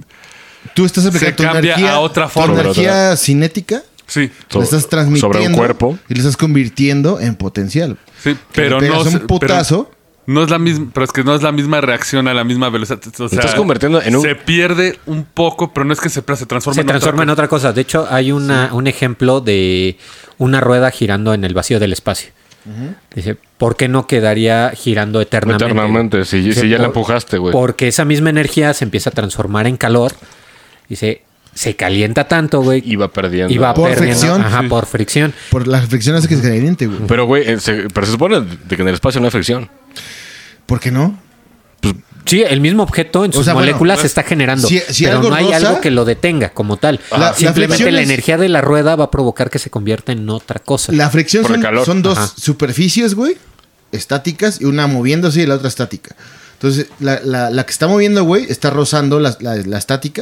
Speaker 2: Tú estás aplicando tu
Speaker 3: cambia
Speaker 2: energía,
Speaker 3: a otra
Speaker 2: tu
Speaker 3: forma.
Speaker 2: energía cinética.
Speaker 3: Sí,
Speaker 2: la estás transmitiendo
Speaker 4: Sobre un cuerpo.
Speaker 2: y le estás convirtiendo en potencial.
Speaker 3: sí,
Speaker 2: Que le
Speaker 3: pero no.
Speaker 2: pegas
Speaker 3: se-
Speaker 2: un putazo.
Speaker 3: pero no es la misma, pero es que no es la misma reacción a la misma velocidad. O sea,
Speaker 4: estás convirtiendo en un-
Speaker 3: Se pierde un poco, pero no es que se pierda, se transforma
Speaker 5: Se transforma en otra cosa. De hecho, hay una, un ejemplo de una rueda girando en el vacío del espacio. Dice, ¿por qué no quedaría girando eternamente?
Speaker 4: Eternamente, si- si ya la empujaste, güey.
Speaker 5: Porque esa misma energía se empieza a transformar en calor. Dice, se calienta tanto, güey.
Speaker 4: Y va perdiendo.
Speaker 5: y va
Speaker 2: Por
Speaker 5: perdiendo.
Speaker 2: fricción.
Speaker 5: Ajá,
Speaker 2: Sí.
Speaker 5: por fricción.
Speaker 2: Por la fricción hace que se caliente, güey.
Speaker 4: Pero, güey, eh, se- pero se supone de que en el espacio no hay fricción.
Speaker 2: ¿Por qué no?
Speaker 5: Sí, el mismo objeto en
Speaker 2: O
Speaker 5: sus
Speaker 2: sea, bueno,
Speaker 5: moléculas
Speaker 2: pues,
Speaker 5: se está generando.
Speaker 2: si- si
Speaker 5: pero
Speaker 2: algo
Speaker 5: no hay
Speaker 2: rosa-
Speaker 5: algo que lo detenga como tal.
Speaker 2: La- la
Speaker 5: Simplemente
Speaker 2: flexión
Speaker 5: la
Speaker 2: es-
Speaker 5: energía de la rueda va a provocar que se convierta en otra cosa.
Speaker 2: La fricción
Speaker 4: Por el
Speaker 2: son,
Speaker 4: calor.
Speaker 2: son dos
Speaker 5: Ajá.
Speaker 2: superficies, güey, estáticas, y una moviéndose y la otra estática. Entonces, la, la- la que está moviendo, güey, está rozando la, la- la estática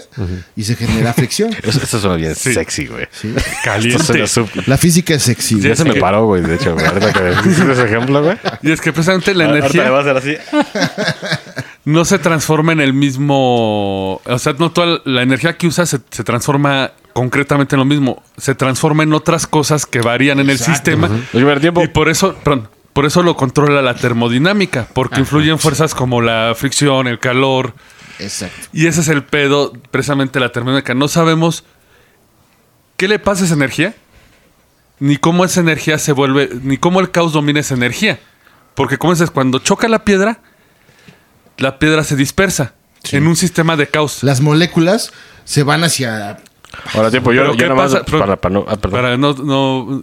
Speaker 2: y se genera fricción.
Speaker 4: Eso, eso suena bien sexy, güey. Esto
Speaker 3: Caliente.
Speaker 4: suena sub-
Speaker 2: La física es sexy. güey.
Speaker 4: Ya se me paró, güey, de hecho, güey. Ahorita que hiciste ese ejemplo, güey.
Speaker 3: Y es que precisamente la
Speaker 4: Ahorita le
Speaker 3: energía
Speaker 4: vas a hacer así.
Speaker 3: no se transforma en el mismo. O sea, no toda la energía que usas se, se transforma concretamente en lo mismo. Se transforma en otras cosas que varían en el sistema.
Speaker 4: El primer tiempo.
Speaker 3: Y por eso, perdón, por eso lo controla la termodinámica, porque
Speaker 4: Ah,
Speaker 3: influyen fuerzas como la fricción, el calor,
Speaker 2: Exacto.
Speaker 3: y ese es el pedo precisamente de la termodinámica. No sabemos qué le pasa a esa energía, ni cómo esa energía se vuelve, ni cómo el caos domina esa energía. Porque como dices, cuando choca la piedra, la piedra se dispersa en un sistema de caos.
Speaker 2: Las moléculas se van hacia...
Speaker 4: Ahora tiempo, yo,
Speaker 3: Pero
Speaker 4: yo
Speaker 3: ¿qué
Speaker 4: nada más.
Speaker 3: pasa? Pero-
Speaker 4: Para, para, no, ah, perdón.
Speaker 3: Para no, no-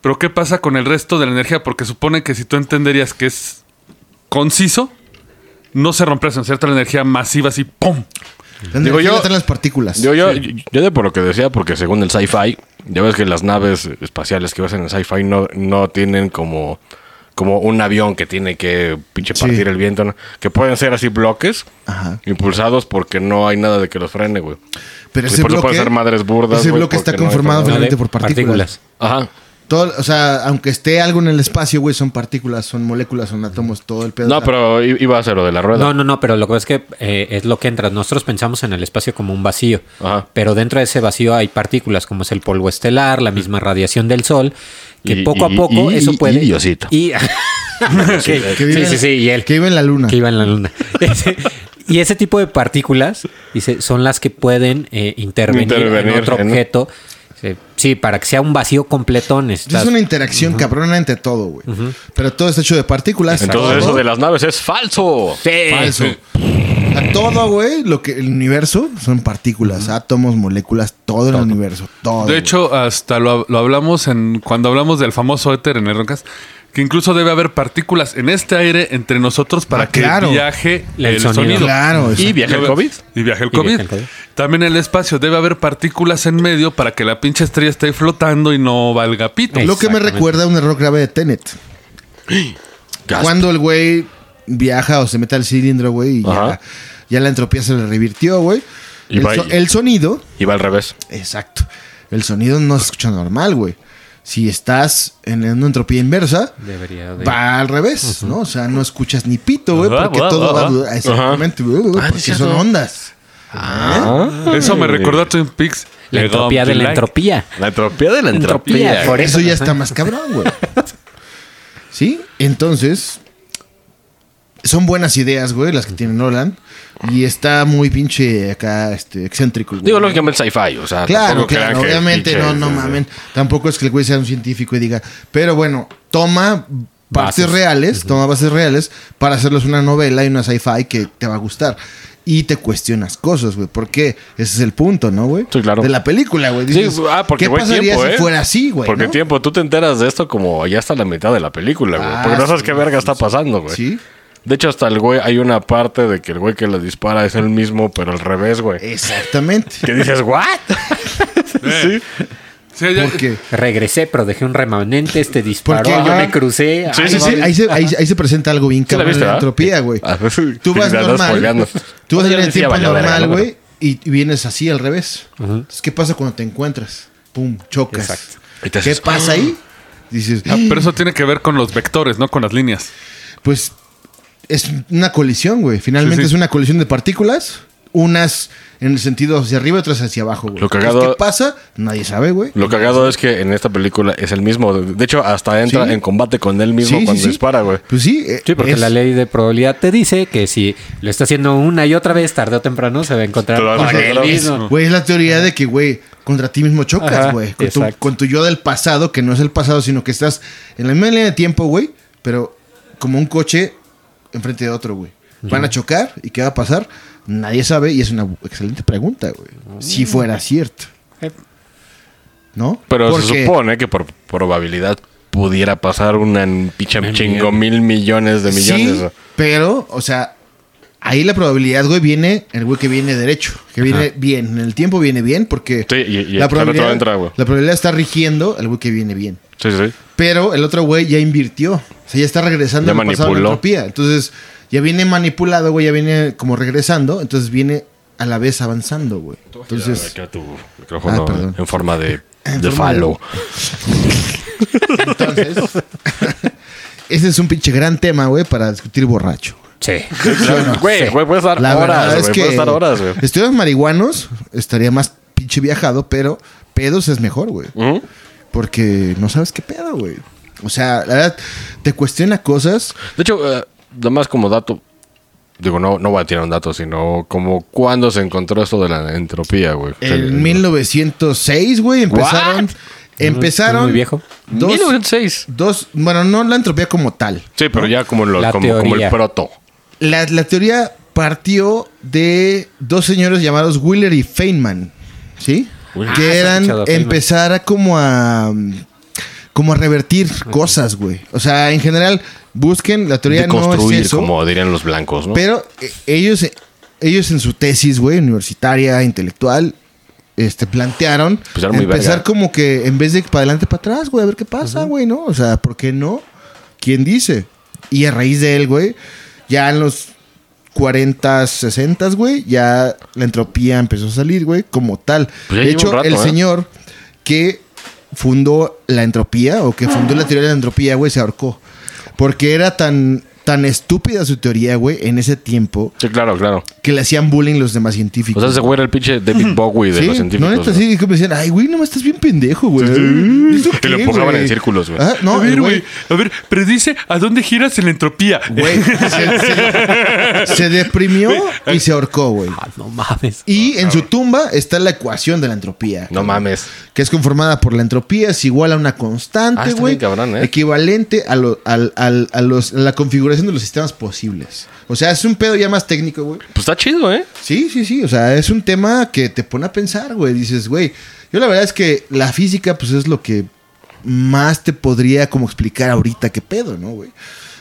Speaker 3: Pero ¿qué pasa con el resto de la energía? Porque supone que si tú entenderías que es conciso, no se rompe en cierta la energía masiva así, ¡pum!
Speaker 2: La
Speaker 4: Digo,
Speaker 2: energía
Speaker 4: yo-
Speaker 2: la traen las partículas.
Speaker 4: Yo, yo, yo de por lo que decía, porque según el sci-fi, ya ves que las naves espaciales que vas en el sci-fi no, no tienen como, como un avión que tiene que pinche
Speaker 2: Sí.
Speaker 4: partir el viento, ¿no? que pueden ser así bloques
Speaker 2: Ajá.
Speaker 4: impulsados porque no hay nada de que los frene, güey.
Speaker 2: Pero
Speaker 4: Y
Speaker 2: ese
Speaker 4: por eso
Speaker 2: bloque,
Speaker 4: pueden ser madres burdas,
Speaker 2: ese
Speaker 4: güey,
Speaker 2: bloque está
Speaker 4: porque no hay
Speaker 2: conformado
Speaker 4: problema.
Speaker 2: finalmente
Speaker 5: No, de
Speaker 2: por partículas.
Speaker 5: partículas.
Speaker 4: Ajá.
Speaker 2: Todo, o sea, aunque esté algo en el espacio, güey, son partículas, son moléculas, son átomos, todo el pedo.
Speaker 4: No, pero i- iba a ser lo de la rueda.
Speaker 5: No, no, no, pero lo que pasa es que eh, es lo que entra. Nosotros pensamos en el espacio como un vacío,
Speaker 4: Ajá.
Speaker 5: pero dentro de ese vacío hay partículas como es el polvo estelar, la misma radiación del sol, que
Speaker 4: Mm. Y-
Speaker 5: poco
Speaker 4: y-
Speaker 5: a poco
Speaker 4: y-
Speaker 5: eso
Speaker 4: y-
Speaker 5: puede.
Speaker 4: y Diosito.
Speaker 5: Y- sí,
Speaker 4: eh,
Speaker 2: Que vive
Speaker 5: sí,
Speaker 2: en-
Speaker 5: sí, sí, y él.
Speaker 2: Que vive en la luna.
Speaker 5: Que iba en la luna. Ese- y ese tipo de partículas dice, son las que pueden eh, intervenir,
Speaker 4: Intervenir
Speaker 5: en otro
Speaker 4: en-
Speaker 5: objeto. Dice, Sí, para que sea un vacío completo necesitas.
Speaker 2: Es una interacción cabrona entre todo, güey. Pero todo está hecho de partículas.
Speaker 4: Entonces
Speaker 2: todo
Speaker 4: eso de las naves es falso.
Speaker 5: Sí.
Speaker 2: falso. A todo, güey, lo que el universo son partículas, átomos, moléculas, todo el universo, todo.
Speaker 3: De
Speaker 2: güey.
Speaker 3: hecho, hasta lo, lo hablamos en cuando hablamos del famoso éter en el Roncast, que incluso debe haber partículas en este aire entre nosotros para
Speaker 2: Ah,
Speaker 3: que
Speaker 2: claro.
Speaker 3: viaje el,
Speaker 5: El sonido.
Speaker 3: sonido.
Speaker 2: claro,
Speaker 4: Y
Speaker 2: exacto.
Speaker 4: viaja el
Speaker 3: Debe- Y
Speaker 4: COVID.
Speaker 3: viaja el
Speaker 5: Y viaja
Speaker 3: COVID.
Speaker 5: el COVID.
Speaker 3: También en el espacio debe haber partículas en medio para que la pinche estrella esté flotando y no valga pito.
Speaker 5: Ey.
Speaker 2: lo que me
Speaker 5: exactamente.
Speaker 2: recuerda a un error grave de Tenet.
Speaker 4: Gasp.
Speaker 2: Cuando el güey viaja o se mete al cilindro, güey, y
Speaker 4: Ajá.
Speaker 2: ya, ya la entropía se le revirtió, güey.
Speaker 4: Y
Speaker 2: El,
Speaker 4: va
Speaker 2: so-
Speaker 4: y-
Speaker 2: el sonido,
Speaker 4: Y va al revés.
Speaker 2: exacto. El sonido no se escucha normal, güey. Si estás en una entropía inversa,
Speaker 5: Debería de-
Speaker 2: va al revés, ¿no? O sea, no escuchas ni pito, güey,
Speaker 3: Ajá,
Speaker 2: porque
Speaker 3: ajá,
Speaker 2: todo va a
Speaker 3: ajá.
Speaker 2: dudar. Exactamente, güey,
Speaker 4: Ah,
Speaker 2: porque
Speaker 4: es cierto.
Speaker 2: son ondas.
Speaker 3: Eso me recordó a Twin Peaks.
Speaker 5: La entropía de la entropía.
Speaker 4: La entropía de la entropía.
Speaker 5: Entropía, por
Speaker 2: Eso
Speaker 5: eso.
Speaker 2: ya está más cabrón, güey. ¿Sí? Entonces, son buenas ideas, güey, las que tiene Nolan. Y está muy pinche acá, este, excéntrico. el güey.
Speaker 4: Digo, lógicamente sci-fi, o sea,
Speaker 2: Claro,
Speaker 4: tampoco crean
Speaker 2: claro,
Speaker 4: que
Speaker 2: obviamente,
Speaker 4: pinche-
Speaker 2: no, no mamen. Tampoco es que el güey sea un científico y diga, pero bueno, toma partes
Speaker 5: Bases.
Speaker 2: reales, toma bases reales para hacerlos una novela y una sci-fi que te va a gustar. Y te cuestionas cosas, güey, porque ese es el punto, ¿no, güey?
Speaker 4: Sí, claro.
Speaker 2: De la película, güey.
Speaker 4: Sí,
Speaker 2: Dices,
Speaker 4: ah, porque
Speaker 2: ¿Qué
Speaker 4: güey,
Speaker 2: pasaría
Speaker 4: tiempo,
Speaker 2: si
Speaker 4: ¿eh?
Speaker 2: fuera así, güey?
Speaker 4: Porque
Speaker 2: no?
Speaker 4: tiempo, tú te enteras de esto como ya hasta la mitad de la película, güey.
Speaker 2: Ah,
Speaker 4: porque no sabes
Speaker 2: sí,
Speaker 4: qué verga
Speaker 2: sí,
Speaker 4: está
Speaker 2: sí.
Speaker 4: pasando, güey.
Speaker 2: Sí.
Speaker 4: De hecho, hasta el güey, hay una parte de que el
Speaker 2: Eh.
Speaker 4: güey que le dispara es el mismo, pero al revés, güey.
Speaker 2: Exactamente.
Speaker 4: Que dices, ¿what? sí.
Speaker 3: Sí, ya-
Speaker 2: Porque.
Speaker 5: Regresé, pero dejé un remanente, este disparó,
Speaker 2: Porque,
Speaker 5: yo
Speaker 2: ajá.
Speaker 5: me crucé. ah,
Speaker 4: Sí,
Speaker 5: ay,
Speaker 2: Sí,
Speaker 4: sí,
Speaker 2: sí,
Speaker 5: mames.
Speaker 2: ahí se, ahí, ahí se presenta algo bien
Speaker 4: Sí la
Speaker 2: cabrón
Speaker 4: viste,
Speaker 2: de la
Speaker 4: ¿verdad?
Speaker 2: entropía, güey.
Speaker 4: Ah, sí.
Speaker 2: Tú vas
Speaker 4: Ya andas
Speaker 2: normal.
Speaker 4: spoileando.
Speaker 2: Tú vas
Speaker 4: Ah, yo
Speaker 2: en el
Speaker 4: le decía,
Speaker 2: tiempo
Speaker 4: valió verga,
Speaker 2: normal,
Speaker 4: ¿no?
Speaker 2: güey, y y vienes así al revés. Entonces, ¿qué pasa cuando te encuentras? Pum, chocas.
Speaker 5: Exacto.
Speaker 4: Y te
Speaker 2: ¿Qué
Speaker 4: haces- ¡ah!
Speaker 2: pasa ahí? Dices,
Speaker 3: Ah, pero eso tiene que ver con los vectores, no con las líneas.
Speaker 2: pues es una colisión, güey. Finalmente
Speaker 3: Sí, sí.
Speaker 2: es una colisión de partículas. Unas en el sentido hacia arriba, otras hacia abajo, güey.
Speaker 4: Lo cagado-
Speaker 2: Entonces, ¿Qué pasa? Nadie sabe, güey.
Speaker 4: Lo cagado es que en esta película es el mismo. De hecho, hasta entra
Speaker 2: Sí.
Speaker 4: en combate con él mismo
Speaker 2: Sí, sí,
Speaker 4: cuando
Speaker 2: sí.
Speaker 4: dispara, güey.
Speaker 2: Pues sí. eh,
Speaker 5: Sí, porque
Speaker 2: es-
Speaker 5: la ley de probabilidad te dice que si lo está haciendo una y otra vez, tarde o temprano, se va a encontrar
Speaker 4: Te lo vas a
Speaker 5: con él
Speaker 4: encontrar.
Speaker 5: mismo.
Speaker 2: Güey, es la teoría de que, güey, contra ti mismo
Speaker 5: Ajá,
Speaker 2: chocas, güey. Con tu,
Speaker 5: exacto.
Speaker 2: con tu yo del pasado, que no es el pasado, sino que estás en la misma línea de tiempo, güey, pero como un coche enfrente de otro, güey. ¿Van a chocar? ¿Y qué va a pasar? Nadie sabe y es una bu- excelente pregunta, güey. Si fuera cierto,
Speaker 5: Eh.
Speaker 2: ¿no?
Speaker 4: Pero se
Speaker 2: Porque-
Speaker 4: supone que por probabilidad pudiera pasar una picha chingo mil millones de millones.
Speaker 2: Sí,
Speaker 4: ¿no?
Speaker 2: pero, o sea, ahí la probabilidad, güey, viene el güey que viene derecho, que viene bien. En el tiempo viene bien porque
Speaker 4: Sí, y- y
Speaker 2: la,
Speaker 4: el otro
Speaker 2: probabilidad,
Speaker 4: entra, güey.
Speaker 2: la probabilidad está rigiendo el güey que viene bien.
Speaker 4: Sí, sí, sí.
Speaker 2: Pero el otro güey ya invirtió. O sea, ya está regresando
Speaker 4: Ya
Speaker 2: al pasado de la
Speaker 4: manipuló.
Speaker 2: entropía. Entonces, ya viene manipulado, güey, ya viene como regresando. Entonces, viene a la vez avanzando, güey. Entonces,
Speaker 4: Acá tu micrófono
Speaker 2: Ah, perdón.
Speaker 4: en forma de,
Speaker 2: En
Speaker 4: de
Speaker 2: forma de-
Speaker 4: falo.
Speaker 2: entonces ese es un pinche gran tema, güey, para discutir borracho.
Speaker 5: Sí.
Speaker 4: Güey, güey, puedes dar
Speaker 2: La
Speaker 4: horas,
Speaker 2: verdad
Speaker 4: güey.
Speaker 2: es que
Speaker 4: Puedes dar horas, güey.
Speaker 2: estuvieran marihuanos, estaría más pinche viajado, pero pedos es mejor, güey.
Speaker 4: ¿Mm?
Speaker 2: Porque no sabes qué pedo, güey. O sea, la verdad, te cuestiona cosas.
Speaker 4: De hecho, eh, nada más como dato, digo, no, no voy a tirar un dato, sino como cuándo se encontró esto de la entropía, güey. O sea, el-
Speaker 2: En 1906, güey, empezaron.
Speaker 4: What?
Speaker 2: Empezaron.
Speaker 5: Muy viejo.
Speaker 2: Dos,
Speaker 4: 1906.
Speaker 2: dos- bueno, no la entropía como tal.
Speaker 4: Sí, pero ya como, lo-
Speaker 5: La
Speaker 4: como, como el
Speaker 5: teoría.
Speaker 4: proto.
Speaker 2: La, la teoría partió de dos señores llamados Wheeler y Feynman, ¿sí?
Speaker 4: Wheeler.
Speaker 5: Ah, sí
Speaker 2: que
Speaker 5: he
Speaker 2: eran
Speaker 5: escuchado a Feynman.
Speaker 2: empezar a como a como a revertir cosas, güey. O sea, en general, busquen, la teoría
Speaker 4: De
Speaker 2: no es
Speaker 4: construir,
Speaker 2: eso.
Speaker 4: como dirían los blancos, ¿no?
Speaker 2: Pero eh, ellos, ellos en su tesis, güey, universitaria, intelectual, este, plantearon
Speaker 4: Pues era muy
Speaker 2: empezar
Speaker 4: verga.
Speaker 2: como que en vez de para adelante, para atrás, güey, a ver qué pasa, güey, ¿no? O sea, ¿por qué no? ¿Quién dice? Y a raíz de él, güey, ya en los 40, 60, güey, ya la entropía empezó a salir, güey, como tal.
Speaker 4: Pues ya
Speaker 2: de
Speaker 4: lleva
Speaker 2: hecho,
Speaker 4: un rato,
Speaker 2: el
Speaker 4: ¿eh?
Speaker 2: señor que fundó la entropía o que fundó la teoría de la entropía, güey, se ahorcó. Porque era tan, tan estúpida su teoría, güey, en ese tiempo,
Speaker 4: Sí, claro, claro.
Speaker 2: que le hacían bullying los demás
Speaker 4: O
Speaker 2: científicos.
Speaker 4: sea, ese güey era el pinche David Bowie de
Speaker 2: Sí, no,
Speaker 4: los científicos.
Speaker 2: neta,
Speaker 4: ¿no?
Speaker 2: sí, que me decían, ay, güey, no, estás bien pendejo, güey. ¿Eso
Speaker 4: Te lo
Speaker 2: qué,
Speaker 4: empujaban
Speaker 2: güey?
Speaker 4: en círculos, güey.
Speaker 2: Ah,
Speaker 3: a
Speaker 2: no, el
Speaker 3: ver,
Speaker 2: güey,
Speaker 3: güey. A ver, pero dice a dónde giras en la entropía.
Speaker 2: güey, se- se- se deprimió y se ahorcó, güey.
Speaker 5: Ah, no mames.
Speaker 2: Y en su tumba está la ecuación de la entropía.
Speaker 4: No mames.
Speaker 2: Que es conformada por la entropía, es igual a una
Speaker 4: Ah,
Speaker 2: constante,
Speaker 4: está
Speaker 2: güey.
Speaker 4: bien cabrón, ¿eh?
Speaker 2: Equivalente a, lo- al- al- a los- a la configuración de los sistemas posibles. O sea, es un pedo ya más técnico, güey.
Speaker 4: Pues está chido, ¿eh?
Speaker 2: Sí, sí, sí. O sea, es un tema que te pone a pensar, güey. Dices, güey, yo la verdad es que la física, pues es lo que más te podría como explicar ahorita qué pedo, ¿no, güey?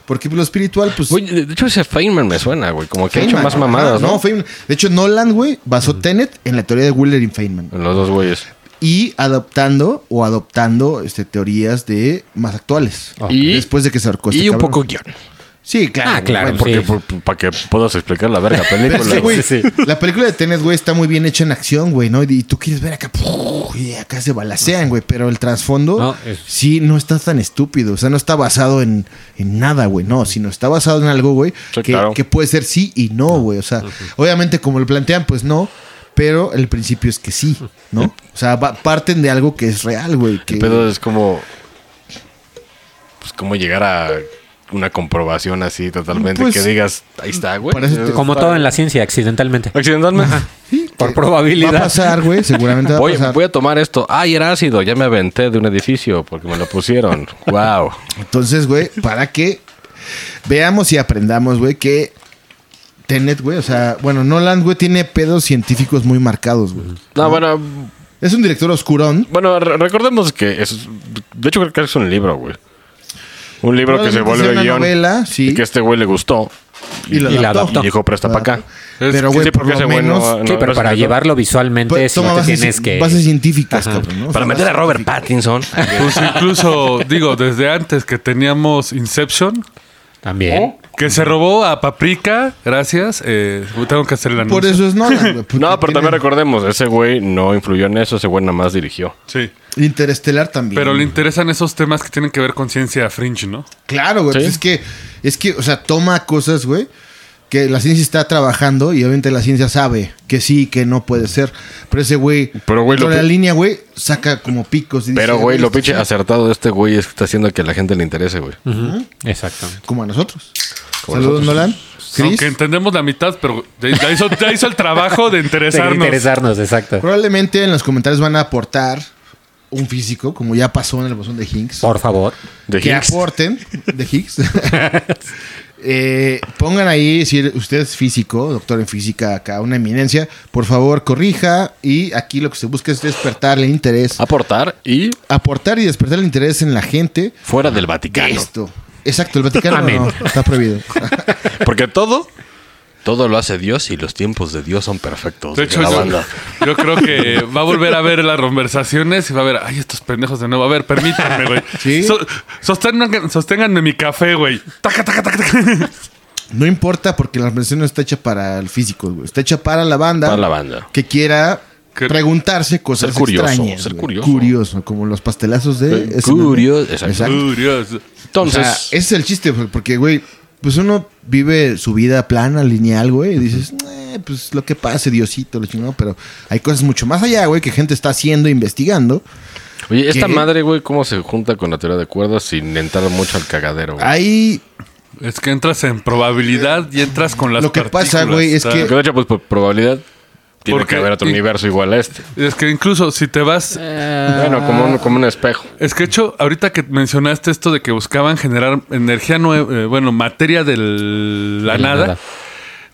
Speaker 2: Porque lo espiritual, pues...
Speaker 4: Güey, de de hecho, ese Feynman me suena, güey. Como que ha hecho
Speaker 2: Feynman,
Speaker 4: más
Speaker 2: ajá,
Speaker 4: mamadas, ¿no?
Speaker 2: Feynman. De hecho, Nolan, güey, basó Tenet en la teoría de Wheeler y Feynman.
Speaker 4: Los dos güeyes.
Speaker 2: y adaptando o adoptando este, teorías de más actuales.
Speaker 4: Y-
Speaker 2: después de que se ahorcó este
Speaker 4: Y un
Speaker 2: cabrón.
Speaker 4: poco guión.
Speaker 2: Sí, claro.
Speaker 5: Ah, claro.
Speaker 2: güey.
Speaker 4: Porque
Speaker 5: sí.
Speaker 4: para que puedas explicar la verga
Speaker 2: Pero es
Speaker 4: película.
Speaker 2: que, güey,
Speaker 4: güey.
Speaker 2: La película de Tenet, güey, está muy bien hecha en acción, güey, ¿no? Y, y tú quieres ver acá, ¡puf! y acá se balacean, güey, pero el trasfondo
Speaker 5: No, es-
Speaker 2: sí no está tan estúpido, o sea, no está basado en, en nada, güey, no, sino está basado en algo, güey,
Speaker 4: Sí,
Speaker 2: que,
Speaker 4: claro.
Speaker 2: que puede ser sí y no, güey, o sea, obviamente como lo plantean, pues no, pero el principio es que sí, ¿no? O sea, va- parten de algo que es real, güey. que-
Speaker 4: El pedo es como. Pues como llegar a una comprobación así totalmente.
Speaker 2: Pues,
Speaker 4: que digas, ahí está, güey.
Speaker 2: para eso te-
Speaker 5: Como todo en la ciencia, accidentalmente.
Speaker 4: Accidentalmente.
Speaker 5: Por
Speaker 2: Va a
Speaker 5: probabilidad.
Speaker 2: pasar, güey. Seguramente va
Speaker 4: Voy,
Speaker 2: a pasar.
Speaker 4: voy a tomar esto. Ay, era ácido. Ya me aventé de un edificio porque me lo pusieron. wow.
Speaker 2: Entonces, güey, para que veamos y aprendamos, güey, que Tenet, güey, o sea, bueno, Nolan, güey, tiene pedos científicos muy marcados, güey.
Speaker 4: No, bueno,
Speaker 2: Es un director oscurón.
Speaker 4: Bueno, re- recordemos que es. De hecho, creo que es un libro, güey. Un libro que se
Speaker 2: Probablemente sea
Speaker 4: vuelve
Speaker 2: una
Speaker 4: guión.
Speaker 2: novela, sí.
Speaker 4: Y que a este güey le gustó.
Speaker 2: Y, lo
Speaker 5: Y la
Speaker 2: adaptó.
Speaker 5: adaptó.
Speaker 4: Y dijo, presta para acá.
Speaker 3: Es-
Speaker 2: pero, güey,
Speaker 4: sí,
Speaker 2: por
Speaker 4: porque
Speaker 2: lo
Speaker 4: ese güey no-
Speaker 2: menos...
Speaker 4: no-
Speaker 5: sí, pero
Speaker 4: no se
Speaker 5: para
Speaker 4: casó.
Speaker 5: llevarlo visualmente
Speaker 2: pues,
Speaker 5: sí
Speaker 2: toma
Speaker 5: te
Speaker 2: bases,
Speaker 5: tienes que...
Speaker 2: bases científicas,
Speaker 5: Ajá.
Speaker 2: cabrón, ¿no?
Speaker 4: Para meter a Robert Pattinson.
Speaker 3: Pues incluso, digo, desde antes que teníamos Inception,
Speaker 5: También.
Speaker 4: ¿Oh?
Speaker 3: que se robó a Paprika, gracias. eh, tengo que hacer el anuncio.
Speaker 2: Por eso es Nolan, güey.
Speaker 4: No, pero también
Speaker 2: Tiene-
Speaker 4: recordemos, ese güey no influyó en eso, ese güey nada más dirigió.
Speaker 3: Sí.
Speaker 2: Interestelar también.
Speaker 3: Pero le interesan esos temas que tienen que ver con ciencia fringe, ¿no?
Speaker 2: Claro, güey.
Speaker 4: Sí.
Speaker 2: pues es que, es que, o sea, toma cosas, güey, que la ciencia está trabajando y obviamente la ciencia sabe que sí, que no puede ser. Pero ese güey,
Speaker 4: Pero, güey, lo
Speaker 2: toda la
Speaker 4: pi-
Speaker 2: línea, güey, saca como picos. y
Speaker 4: Pero,
Speaker 2: dice,
Speaker 4: güey, lo
Speaker 2: esto
Speaker 4: pinche
Speaker 2: sí,
Speaker 4: acertado de este güey es que está haciendo que a la gente le interese, güey.
Speaker 5: Exacto.
Speaker 2: Como a nosotros. Saludos, Nolan.
Speaker 3: Aunque
Speaker 2: Chris.
Speaker 3: entendemos la mitad, pero ya, ya hizo, ya hizo el trabajo de
Speaker 5: Interesarnos.
Speaker 3: interesarnos.
Speaker 5: interesarnos, exacto.
Speaker 2: Probablemente en los comentarios van a aportar un físico, como ya pasó en el bosón de Higgs.
Speaker 5: Por favor.
Speaker 4: De
Speaker 2: que
Speaker 4: Higgs.
Speaker 2: aporten de Higgs. Eh, pongan ahí, si usted es físico, doctor en física, acá una eminencia, por favor corrija y aquí lo que se busca es despertar el interés,
Speaker 4: Aportar y
Speaker 2: aportar y despertar el interés en la gente.
Speaker 4: fuera del
Speaker 2: de
Speaker 4: Vaticano.
Speaker 2: Esto. Exacto, el Vaticano
Speaker 5: Amén.
Speaker 2: no, está prohibido.
Speaker 4: Porque todo, todo lo hace Dios y los tiempos Pues de Dios son perfectos.
Speaker 3: De hecho,
Speaker 4: dice la
Speaker 3: yo,
Speaker 4: banda.
Speaker 3: yo creo que va a volver a ver las conversaciones y va a ver, ay, estos pendejos de nuevo. A ver, permítanme, güey.
Speaker 2: Sí.
Speaker 3: So- sosténganme, sosténganme mi café, güey. Taca, taca, taca, taca.
Speaker 2: No importa porque la conversación no está hecha para el físico, güey, está hecha para la banda.
Speaker 4: Para la banda.
Speaker 2: Que quiera
Speaker 3: Que-
Speaker 2: preguntarse cosas
Speaker 4: Ser curioso,
Speaker 2: extrañas,
Speaker 4: ser
Speaker 2: güey.
Speaker 4: curioso.
Speaker 2: como los pastelazos de...
Speaker 4: Eh,
Speaker 2: S&M.
Speaker 4: curioso, exacto.
Speaker 3: Curioso.
Speaker 4: Entonces,
Speaker 2: O sea, ese es el chiste, güey, porque, güey, pues uno vive su vida plana, lineal, güey, y dices, "Eh, pues lo que pase, Diosito, lo chingado, pero hay cosas mucho más allá, güey, que gente está haciendo, investigando.
Speaker 4: oye, esta
Speaker 2: ¿qué?
Speaker 4: madre, güey, ¿cómo se junta con la teoría de cuerdas sin entrar mucho al cagadero, güey?
Speaker 2: Hay,
Speaker 3: Es que entras en probabilidad y entras con las
Speaker 2: Lo que pasa,
Speaker 3: partículas,
Speaker 2: güey, es
Speaker 3: o sea,
Speaker 4: Porque de hecho, pues por probabilidad tiene
Speaker 3: Porque-
Speaker 4: que haber otro
Speaker 3: y-
Speaker 4: universo igual a este.
Speaker 3: Es que incluso si te vas
Speaker 2: Ah.
Speaker 4: Bueno, como un, como un espejo.
Speaker 3: Es que, de hecho, ahorita que mencionaste esto de que buscaban generar energía nueva, eh, bueno, materia de la
Speaker 5: De la
Speaker 3: nada,
Speaker 5: nada.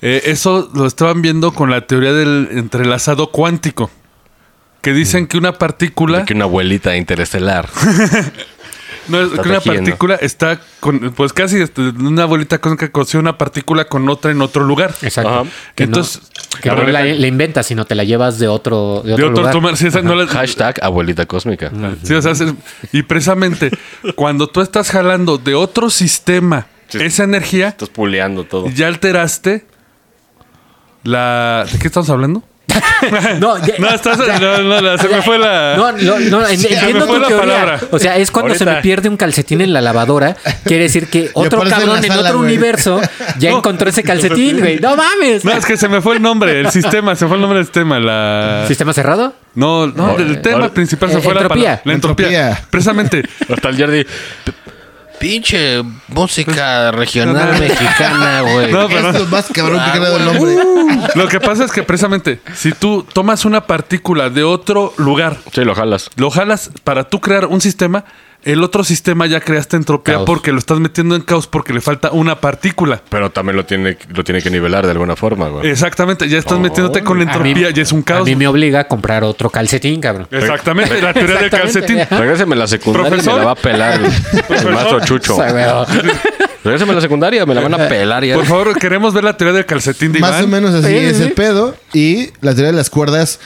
Speaker 3: eh, eso lo estaban viendo con la teoría del entrelazado cuántico, que dicen que una partícula,
Speaker 4: Mm. De que una abuelita interestelar.
Speaker 3: no, es-
Speaker 4: está
Speaker 3: que una
Speaker 4: tejiendo.
Speaker 3: partícula está, con, pues casi este, una bolita con que cosía una partícula con otra en otro lugar.
Speaker 5: Exacto.
Speaker 4: Ajá.
Speaker 5: Que no-
Speaker 3: Entonces,
Speaker 5: que no
Speaker 3: pero-
Speaker 5: la, la inventas, sino te la llevas de otro, de
Speaker 3: De
Speaker 5: otro,
Speaker 3: otro
Speaker 5: lugar.
Speaker 3: tomar, sí, esa no la-
Speaker 4: Hashtag abuelita cósmica.
Speaker 3: Sí, o sea, se- y precisamente cuando tú estás jalando de otro sistema
Speaker 4: Sí.
Speaker 3: esa energía,
Speaker 4: Estás puleando todo.
Speaker 3: Ya alteraste la. ¿De qué estamos hablando?
Speaker 5: No, ya-
Speaker 3: No, estás. No, no, la- se me fue la.
Speaker 5: Eh, No, no, no, en-
Speaker 3: me
Speaker 5: entiendo
Speaker 3: fue
Speaker 5: tu
Speaker 3: la
Speaker 5: teoría.
Speaker 3: palabra.
Speaker 5: O sea, es cuando se me
Speaker 4: Ahorita.
Speaker 5: pierde un calcetín en la lavadora. Quiere decir que otro
Speaker 2: aparece en
Speaker 5: cabrón en,
Speaker 2: la sala,
Speaker 5: otro
Speaker 2: güey.
Speaker 5: universo ya
Speaker 3: No.
Speaker 5: encontró ese calcetín, güey. No mames.
Speaker 3: No, es que se me fue el nombre, el sistema, se fue el nombre del sistema. La.
Speaker 5: ¿Sistema cerrado?
Speaker 3: No, no, del tema
Speaker 4: ahora-
Speaker 3: principal se
Speaker 5: Eh,
Speaker 3: fue la
Speaker 5: entropía.
Speaker 3: palabra. La entropía.
Speaker 2: Entropía.
Speaker 3: Precisamente.
Speaker 4: Hasta el Jordi.
Speaker 6: Pinche música regional
Speaker 3: No, no.
Speaker 6: mexicana, güey.
Speaker 3: No,
Speaker 2: esto
Speaker 3: pero no.
Speaker 2: es más cabrón que creado el hombre.
Speaker 3: Lo que pasa es que precisamente, si tú tomas una partícula de otro lugar,
Speaker 4: Sí, lo jalas.
Speaker 3: lo jalas para tú crear un sistema, el otro sistema ya creaste entropía
Speaker 5: Caos.
Speaker 3: porque lo estás metiendo en caos porque le falta una partícula.
Speaker 4: Pero también lo tiene, lo tiene que nivelar de alguna forma, güey.
Speaker 3: Exactamente, ya estás metiéndote con la
Speaker 5: Oh, A mí-
Speaker 3: entropía y es un
Speaker 5: A
Speaker 3: caos.
Speaker 5: mí me obliga a comprar otro calcetín, cabrón.
Speaker 3: Exactamente, la teoría del
Speaker 5: Exactamente.
Speaker 3: calcetín.
Speaker 4: Regréseme la secundaria y
Speaker 3: Profesor.
Speaker 4: me la va a pelar. güey. El mazo chucho.
Speaker 5: O sea, güey,
Speaker 4: Regréseme la secundaria, me la van a pelar ya.
Speaker 3: Por favor, queremos ver la teoría del calcetín de
Speaker 2: Más o
Speaker 3: Iván.
Speaker 2: menos así
Speaker 5: Sí,
Speaker 2: es
Speaker 5: sí.
Speaker 2: el pedo. Y la teoría de las cuerdas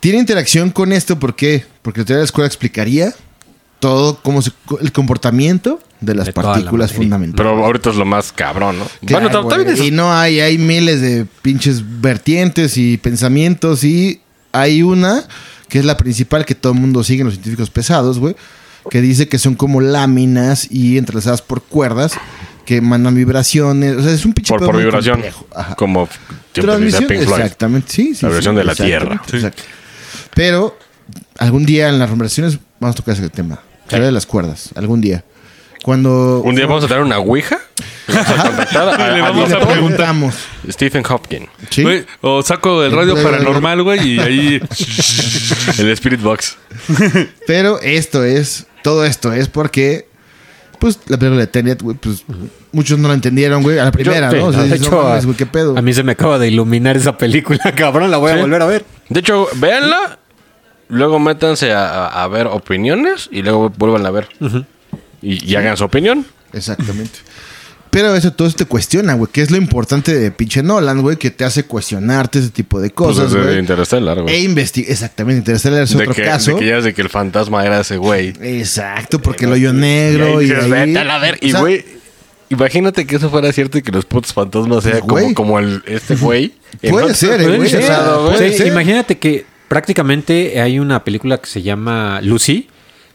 Speaker 2: tiene interacción con esto. ¿Por qué? Porque la teoría de las cuerdas explicaría todo cómo se- el comportamiento de las
Speaker 5: De toda la
Speaker 2: partículas
Speaker 5: materia.
Speaker 2: fundamentales.
Speaker 4: Pero ahorita es lo más cabrón, ¿no?
Speaker 2: Claro,
Speaker 4: bueno, tam-
Speaker 2: güey.
Speaker 4: también es.
Speaker 2: Y no hay, hay miles de pinches vertientes y pensamientos y hay una que es la principal que todo el mundo sigue en los científicos pesados, güey, que dice que son como láminas y entrelazadas por cuerdas que mandan vibraciones, o sea, es un pinche
Speaker 4: Por,
Speaker 2: pedo
Speaker 4: por
Speaker 2: muy
Speaker 4: vibración.
Speaker 2: complejo. Ajá.
Speaker 4: Como siempre dice
Speaker 2: Transmisión,
Speaker 4: Pink Floyd.
Speaker 2: exactamente, sí, sí.
Speaker 4: La vibración
Speaker 2: sí,
Speaker 4: de la
Speaker 2: exactamente,
Speaker 4: Tierra.
Speaker 2: exacto. Pero algún día en las conversaciones vamos a tocar ese tema, teoría de las cuerdas, algún día. Cuando
Speaker 4: Un día vamos a tener una ouija. Vamos a contactar a,
Speaker 3: Y le
Speaker 4: a-
Speaker 3: vamos
Speaker 2: le
Speaker 3: a preguntar.
Speaker 2: preguntamos,
Speaker 4: Stephen Hopkins.
Speaker 2: ¿sí?
Speaker 3: Güey, O saco el radio
Speaker 2: El radio.
Speaker 3: paranormal, güey, y ahí.
Speaker 4: El Spirit Box.
Speaker 2: Pero esto es, todo esto es porque, pues, la película de Tenet, güey, pues, muchos no la entendieron, güey, a la
Speaker 5: Yo-
Speaker 2: primera,
Speaker 5: sí,
Speaker 2: ¿no? O sea,
Speaker 5: de
Speaker 2: dices,
Speaker 5: hecho,
Speaker 2: no mames, güey, qué pedo.
Speaker 5: A mí se me acaba de iluminar esa película, cabrón. La voy a volver a ver.
Speaker 4: De hecho, véanla. Luego métanse a, a- a ver opiniones y luego vuelvan a ver. Y, y hagan su opinión.
Speaker 2: Exactamente. Pero eso todo eso te cuestiona, güey. Que es lo importante de pinche Nolan, güey, que te hace cuestionarte ese tipo de
Speaker 4: Pues
Speaker 2: cosas,
Speaker 4: desde
Speaker 2: güey.
Speaker 4: Interstellar,
Speaker 2: e
Speaker 4: güey.
Speaker 2: investigar. Exactamente, Interstellar es
Speaker 4: De
Speaker 2: otro
Speaker 4: que,
Speaker 2: caso.
Speaker 4: de que ya desde que el fantasma era ese güey.
Speaker 2: Exacto, porque el hoyo negro
Speaker 4: ahí
Speaker 2: y.
Speaker 4: dices,
Speaker 2: ahí-
Speaker 4: "Vete a la ver-". Y
Speaker 2: o sea,
Speaker 4: güey, imagínate que eso fuera cierto y que los putos fantasmas sean
Speaker 2: güey.
Speaker 4: como, como el, este güey. El
Speaker 2: Puede
Speaker 4: otro
Speaker 2: ser, eh,
Speaker 4: güey,
Speaker 2: güey, o sea,
Speaker 4: usado, güey.
Speaker 2: puede
Speaker 5: Sí,
Speaker 2: ser.
Speaker 5: Imagínate que prácticamente hay una película que se llama Lucy.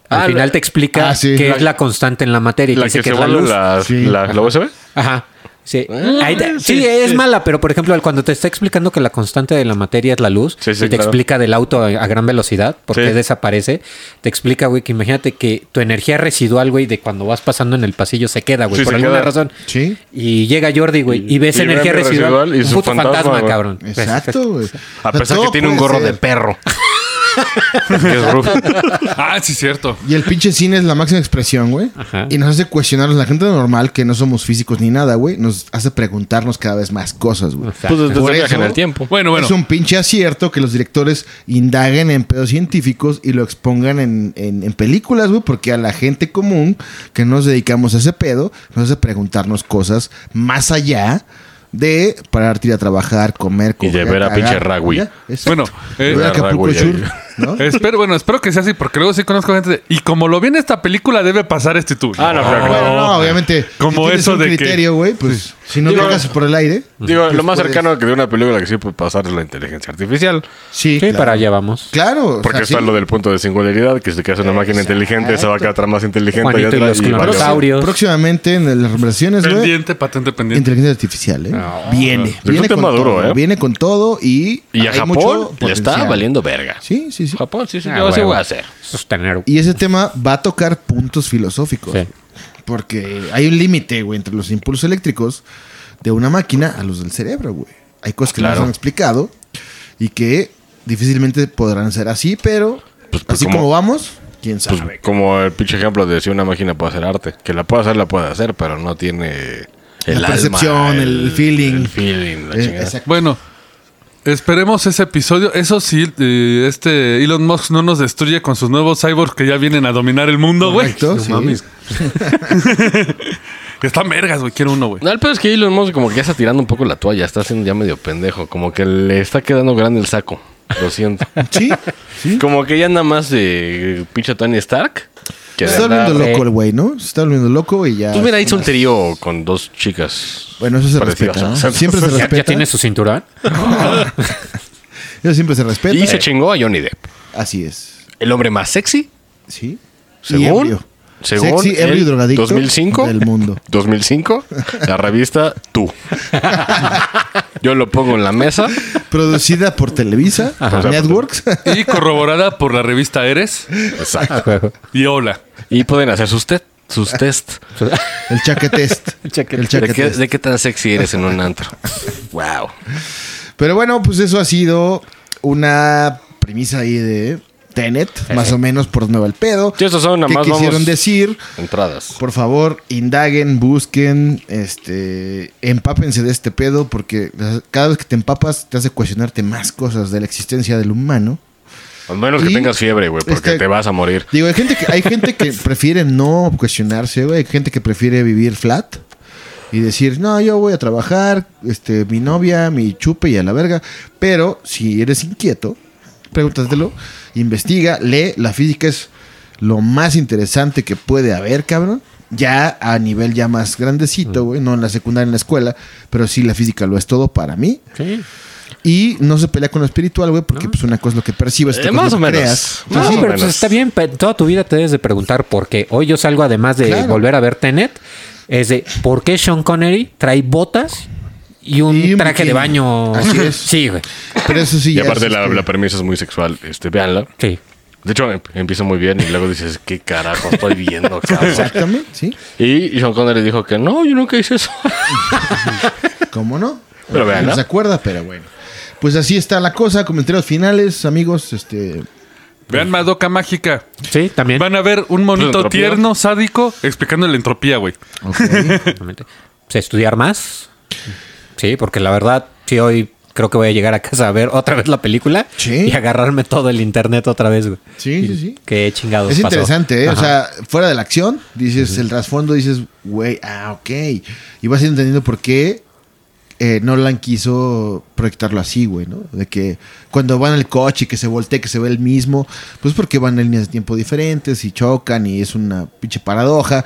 Speaker 5: Al
Speaker 4: Ah,
Speaker 5: final
Speaker 4: la-
Speaker 5: te explica
Speaker 2: ah, sí.
Speaker 5: qué
Speaker 2: La-
Speaker 5: es la constante en la materia y
Speaker 4: La
Speaker 5: que,
Speaker 4: que
Speaker 5: que
Speaker 4: se
Speaker 5: es la
Speaker 4: vuelve
Speaker 5: luz.
Speaker 4: la,
Speaker 2: Sí. Pues,
Speaker 4: la, la USB.
Speaker 5: Ajá. Sí, Ahí te- sí, es mala, pero por ejemplo, cuando te está explicando que la constante de la materia es la luz,
Speaker 4: Sí, sí,
Speaker 5: y te
Speaker 4: claro.
Speaker 5: explica del auto a, a gran velocidad, por
Speaker 4: Sí.
Speaker 5: qué desaparece, te explica, güey, que imagínate que tu energía residual, güey, de cuando vas pasando en el pasillo se queda, güey,
Speaker 4: Sí,
Speaker 5: por
Speaker 4: se
Speaker 5: alguna
Speaker 4: queda.
Speaker 5: razón.
Speaker 2: Sí.
Speaker 5: Y llega Jordi, güey, y ves
Speaker 4: Y
Speaker 5: energía
Speaker 4: ve mi
Speaker 5: residual,
Speaker 4: residual y
Speaker 5: un
Speaker 4: su
Speaker 5: puto
Speaker 4: fantasma,
Speaker 5: fantasma,
Speaker 4: güey.
Speaker 5: cabrón.
Speaker 2: Exacto, güey.
Speaker 4: A
Speaker 2: O sea,
Speaker 4: pesar que
Speaker 2: todo
Speaker 4: tiene un
Speaker 2: puede
Speaker 4: gorro de
Speaker 2: ser.
Speaker 4: perro. que es Ruf.
Speaker 3: Ah, sí, cierto.
Speaker 2: Y el pinche cine es la máxima expresión, güey.
Speaker 5: Ajá.
Speaker 2: Y nos hace cuestionarnos. La gente normal, que no somos físicos ni nada, güey, nos hace preguntarnos cada vez más cosas, güey.
Speaker 5: Exacto.
Speaker 4: Pues desde
Speaker 2: Por
Speaker 4: el viaje
Speaker 2: eso-
Speaker 4: en el tiempo.
Speaker 3: Bueno, bueno.
Speaker 2: Es un pinche acierto que los directores indaguen en pedos científicos y lo expongan en, en- en películas, güey, porque a la gente común que nos dedicamos a ese pedo nos hace preguntarnos cosas más allá de parar, ir a trabajar, comer,
Speaker 4: Y de
Speaker 2: coger,
Speaker 4: ver a
Speaker 2: cagar,
Speaker 4: pinche Ragui.
Speaker 2: ya, exacto.
Speaker 3: Bueno, eh,
Speaker 2: Ver a
Speaker 4: a
Speaker 2: Acapulco
Speaker 4: Ragui ahí.
Speaker 2: Shore, ¿no?
Speaker 3: Espero, bueno, espero que sea así, porque luego sí conozco gente de, Y como lo vi en esta película, debe pasar este tú.
Speaker 4: Ah, no, claro, claro.
Speaker 2: Bueno, no, obviamente.
Speaker 3: Como
Speaker 2: si tienes
Speaker 3: eso
Speaker 2: un
Speaker 3: de que-
Speaker 2: criterio, güey, pues si no
Speaker 4: Digo-
Speaker 2: tocas por el aire.
Speaker 4: Digo, lo más
Speaker 2: pues, puedes-
Speaker 4: cercano que de una película que sí puede pasar es la inteligencia artificial.
Speaker 2: Sí,
Speaker 5: Sí,
Speaker 2: claro.
Speaker 5: para allá vamos.
Speaker 2: Claro. o
Speaker 4: Porque
Speaker 2: sea,
Speaker 4: está
Speaker 2: sí.
Speaker 4: lo del punto de singularidad, que si creas una máquina inteligente, se va a quedar otra más inteligente.
Speaker 5: Juanito y
Speaker 4: allá
Speaker 5: los
Speaker 4: atrás valió.
Speaker 5: clonosaurios.
Speaker 2: Próximamente en las conversaciones, güey.
Speaker 3: Pendiente, patente pendiente.
Speaker 2: Inteligencia artificial, ¿eh? viene.
Speaker 4: un
Speaker 2: Viene con,
Speaker 4: tema duro,
Speaker 2: todo,
Speaker 4: ¿eh?
Speaker 2: viene con todo y.
Speaker 4: Y a
Speaker 2: hay
Speaker 4: Japón
Speaker 2: mucho
Speaker 4: le está
Speaker 2: potencial.
Speaker 4: valiendo verga.
Speaker 2: Sí, sí, sí.
Speaker 6: Japón, sí, sí,
Speaker 5: Ah,
Speaker 6: yo sí
Speaker 5: huevo.
Speaker 6: voy a hacer.
Speaker 5: Sostener.
Speaker 2: Y ese tema va a tocar puntos filosóficos.
Speaker 5: Sí.
Speaker 2: Porque hay un límite, güey, entre los impulsos eléctricos de una máquina a los del cerebro, güey. Hay cosas que no
Speaker 4: Claro.
Speaker 2: nos han explicado y que difícilmente podrán ser así, pero
Speaker 4: Pues, pues,
Speaker 2: así
Speaker 4: ¿cómo?
Speaker 2: como vamos, quién sabe.
Speaker 4: Pues, como el pinche ejemplo de si una máquina puede hacer arte. Que la puede hacer, la puede hacer, pero no tiene el
Speaker 2: La
Speaker 4: alma,
Speaker 2: percepción, el feeling.
Speaker 4: El feeling, la
Speaker 2: Eh,
Speaker 4: chingada.
Speaker 2: exacto.
Speaker 3: Bueno, esperemos ese episodio. Eso sí, eh, este Elon Musk no nos destruye con sus nuevos cyborgs que ya vienen a dominar el mundo, güey.
Speaker 2: Correcto,
Speaker 5: No
Speaker 2: sí.
Speaker 5: mames.
Speaker 3: Están vergas, güey. Quiero uno, güey.
Speaker 4: No, el peor es que Elon Musk como que ya está tirando un poco la toalla, está haciendo ya medio pendejo, como que le está quedando grande el saco. Lo siento.
Speaker 2: Sí.
Speaker 4: Como que ya anda más de pinche Tony Stark. Que
Speaker 2: Se
Speaker 4: de
Speaker 2: está
Speaker 4: andar-
Speaker 2: volviendo loco el güey, ¿no? Se está volviendo loco y ya.
Speaker 4: Pues mira, hizo un trío con dos chicas.
Speaker 2: Bueno, eso se
Speaker 4: parecidas.
Speaker 2: respeta, ¿no?
Speaker 4: O sea,
Speaker 2: Siempre se
Speaker 4: pues ya- ya
Speaker 5: ¿Ya,
Speaker 2: respeta.
Speaker 5: ya tiene su cinturón?
Speaker 2: Eso siempre se respeta.
Speaker 4: Y se chingó a Johnny Depp.
Speaker 2: Así es.
Speaker 4: El hombre más sexy,
Speaker 2: Sí. Y
Speaker 4: según.
Speaker 2: ebrio.
Speaker 4: Según
Speaker 2: Sexy, ebrio y
Speaker 4: el
Speaker 2: drogadicto
Speaker 4: 2005
Speaker 2: del mundo.
Speaker 4: 2005, la revista Tú. Yo lo pongo en la mesa.
Speaker 2: Producida por Televisa,
Speaker 4: Ajá. pues,
Speaker 2: por Networks.
Speaker 3: Y corroborada por la revista Eres
Speaker 4: Exacto.
Speaker 3: y Hola.
Speaker 4: Y pueden hacer sus, te- sus test.
Speaker 2: El chaquetest. el chaquetest.
Speaker 4: ¿De qué, de qué tan sexy eres en un antro? wow.
Speaker 2: Pero bueno, pues eso ha sido una premisa ahí de Tenet, más o menos por nuevo el pedo.
Speaker 4: Sí, estos son nada
Speaker 2: ¿Qué
Speaker 4: más,
Speaker 2: quisieron
Speaker 4: vamos.
Speaker 2: decir?
Speaker 4: Entradas.
Speaker 2: Por favor, indaguen, busquen, este, empápense de este pedo porque cada vez que te empapas te hace cuestionarte más cosas de la existencia del humano.
Speaker 4: Al menos que
Speaker 2: Y-
Speaker 4: tengas fiebre, güey, porque
Speaker 2: este-
Speaker 4: te vas a morir.
Speaker 2: Digo, hay gente que, hay gente que prefiere no cuestionarse, güey. Hay gente que prefiere vivir flat y decir, no, yo voy a trabajar, este, mi novia, mi chupe y a la verga. Pero si eres inquieto, pregúntatelo, investiga, lee. La física es lo más interesante que puede haber, cabrón. Ya a nivel ya más grandecito, güey. No en la secundaria, en la escuela. Pero sí, la física lo es todo para mí.
Speaker 5: Sí.
Speaker 2: Y no se pelea con lo espiritual, güey, porque pues una cosa es lo que percibes, otra
Speaker 4: Eh,
Speaker 2: cosa
Speaker 4: más
Speaker 2: es lo
Speaker 4: o
Speaker 2: que
Speaker 4: menos.
Speaker 2: creas.
Speaker 4: Más
Speaker 5: sí,
Speaker 4: o
Speaker 5: pero
Speaker 4: menos.
Speaker 5: pues está bien, pe- toda tu vida te debes de preguntar por qué. Hoy yo salgo, además de
Speaker 2: Claro.
Speaker 5: volver a ver Tenet, es de por qué Sean Connery trae botas y un
Speaker 2: Y un
Speaker 5: traje
Speaker 2: bikini.
Speaker 5: de baño.
Speaker 2: Así es.
Speaker 5: Sí, güey.
Speaker 2: Pero eso sí
Speaker 4: Y
Speaker 2: ya
Speaker 4: aparte
Speaker 2: es,
Speaker 4: la,
Speaker 2: este,
Speaker 4: la premisa es muy sexual. Este, véanla.
Speaker 5: Sí.
Speaker 4: De hecho, em- empieza muy bien y luego dices, ¿qué carajo estoy viendo, cabrón?
Speaker 2: Exactamente, sí.
Speaker 4: Y Sean Connery dijo que no, yo nunca hice eso.
Speaker 2: ¿Cómo no?
Speaker 4: Pero
Speaker 2: Porque
Speaker 4: vean,
Speaker 2: No
Speaker 4: ¿no?
Speaker 2: se acuerda, pero bueno. Pues así está la cosa. Comentarios finales, amigos. Este,
Speaker 3: Vean Madoka Mágica.
Speaker 5: Sí, también.
Speaker 3: Van a ver un monito
Speaker 4: Entropía.
Speaker 3: tierno, sádico, explicando la entropía, güey.
Speaker 2: ok.
Speaker 5: Exactamente. Pues, estudiar más. Sí, porque la verdad, si hoy creo que voy a llegar a casa a ver otra vez la película
Speaker 2: Sí.
Speaker 5: y agarrarme todo el internet otra vez, güey.
Speaker 2: Sí, sí, sí.
Speaker 5: Qué chingados
Speaker 2: Es
Speaker 5: pasó.
Speaker 2: interesante, ¿eh? O
Speaker 5: Ajá.
Speaker 2: sea, fuera de la acción, dices, el trasfondo, dices, güey, ah, ok. Y vas entendiendo por qué eh, Nolan quiso proyectarlo así, güey, ¿no? De que cuando van al coche y que se voltea, que se ve el mismo, pues porque van en líneas de tiempo diferentes y chocan y es una pinche paradoja.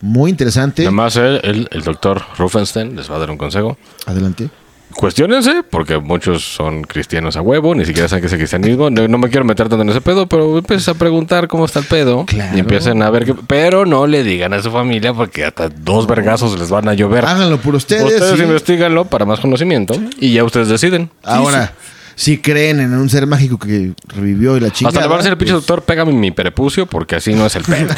Speaker 2: Muy interesante.
Speaker 4: Nada más él, él, el doctor Rufenstein les va a dar un consejo.
Speaker 2: Adelante.
Speaker 4: Cuestiónense, porque muchos son cristianos a huevo, ni siquiera saben qué es el cristianismo. No, no me quiero meter tanto en ese pedo, pero empiezas a preguntar cómo está el pedo.
Speaker 2: Claro.
Speaker 4: Y empiezan a ver qué. Pero no le digan a su familia, porque hasta dos vergazos les van a llover.
Speaker 2: Háganlo por ustedes.
Speaker 4: Ustedes
Speaker 2: sí.
Speaker 4: investiganlo para más conocimiento y ya ustedes deciden.
Speaker 2: Ahora, si creen en un ser mágico que revivió y la pues. chingada.
Speaker 4: Hasta le van a decir el pinche doctor, pégame mi prepucio porque así no es el pedo.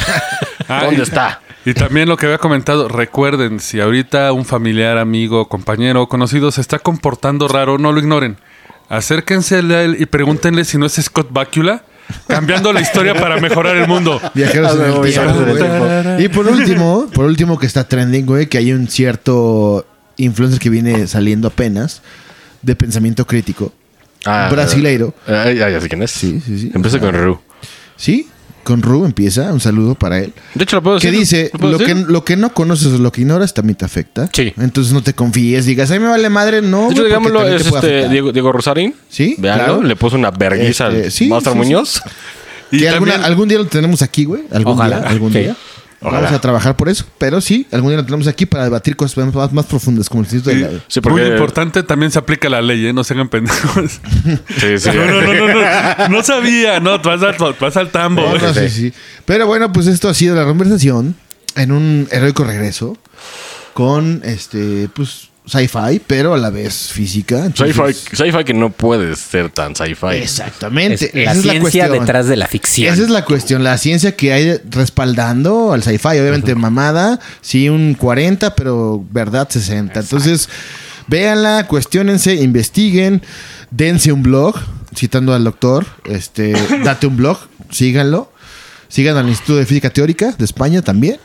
Speaker 3: Ah,
Speaker 4: ¿Dónde
Speaker 3: y-
Speaker 4: está?
Speaker 3: Y también lo que había comentado, recuerden, si ahorita un familiar, amigo, compañero o conocido se está comportando raro, no lo ignoren. Acérquense a él y pregúntenle si no es Scott Bakula, cambiando la historia para mejorar el mundo.
Speaker 2: Viajeros
Speaker 4: Ah,
Speaker 2: en el
Speaker 4: me voy,
Speaker 2: tiempo,
Speaker 4: viajeros en el
Speaker 2: güey. Y por último, por último que está trending, güey, que hay un cierto influencer que viene saliendo apenas de pensamiento crítico.
Speaker 4: Ah,
Speaker 2: Brasileiro.
Speaker 4: Ay, ay, ya sé quién es.
Speaker 2: Sí, sí, sí.
Speaker 4: Empieza con Ru.
Speaker 2: ¿Sí? Con Ru empieza, un saludo para él.
Speaker 4: De hecho, lo puedo
Speaker 2: Que
Speaker 4: decir.
Speaker 2: dice,
Speaker 4: puedo
Speaker 2: lo que,
Speaker 4: decir?
Speaker 2: lo que no conoces o lo que ignoras también te afecta.
Speaker 5: Sí.
Speaker 2: Entonces no te confíes, digas, a mí me vale madre, no.
Speaker 4: De
Speaker 2: güey, porque
Speaker 4: hecho, digámoslo,
Speaker 2: también
Speaker 4: es
Speaker 2: te puede
Speaker 4: este
Speaker 2: afectar".
Speaker 4: Diego, Diego Rosarín.
Speaker 2: Sí,
Speaker 4: Véanlo,
Speaker 2: claro.
Speaker 4: le puso una verguiza
Speaker 2: Este,
Speaker 4: al
Speaker 2: sí,
Speaker 4: Master
Speaker 2: sí, sí.
Speaker 4: Muñoz.
Speaker 3: Y
Speaker 2: Que alguna-
Speaker 3: también,
Speaker 2: algún día lo tenemos aquí, güey. Algún
Speaker 5: Ojalá.
Speaker 2: día. Algún
Speaker 5: Sí.
Speaker 2: día. Vamos a trabajar por eso. Pero sí, algún día lo tenemos aquí para debatir cosas más, más profundas, como el Instituto de la-
Speaker 4: Sí,
Speaker 3: muy
Speaker 4: porque-
Speaker 3: importante, también se aplica la ley, ¿eh? No se hagan pendejos.
Speaker 4: Sí, sí.
Speaker 3: No, no, no, no, no, no sabía. No, te vas al, te vas al tambo.
Speaker 2: No,
Speaker 3: güey.
Speaker 2: Ah, no, sí, sí. Pero bueno, pues esto ha sido la conversación en un heroico regreso con este, pues, sci-fi, pero a la vez física. Entonces,
Speaker 4: Sci-fi sci-fi que no puede ser tan sci-fi.
Speaker 2: Exactamente.
Speaker 5: Es la
Speaker 2: Esa es la
Speaker 5: ciencia
Speaker 2: cuestión.
Speaker 5: detrás de la ficción.
Speaker 2: Esa es la cuestión, la ciencia que hay respaldando al sci-fi. Obviamente mamada, sí, un 40, pero verdad 60. Entonces, véanla, cuestionense, investiguen, dense un blog, citando al doctor, este, date un blog, síganlo. Sigan al Instituto de Física Teórica de España también.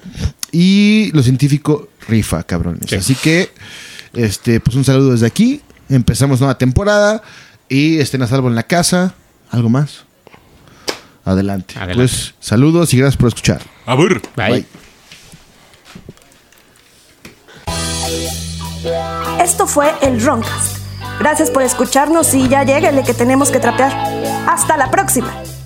Speaker 2: Y lo científico rifa, cabrones. Así que, este, pues un saludo desde aquí. Empezamos nueva temporada y estén a salvo en la casa. ¿Algo más? Adelante.
Speaker 5: Adelante.
Speaker 2: Pues saludos y gracias por escuchar.
Speaker 3: A ver.
Speaker 5: Bye.
Speaker 2: Bye.
Speaker 1: Esto fue el Roncast. Gracias por escucharnos y ya lléguenle que tenemos que trapear. ¡Hasta la próxima!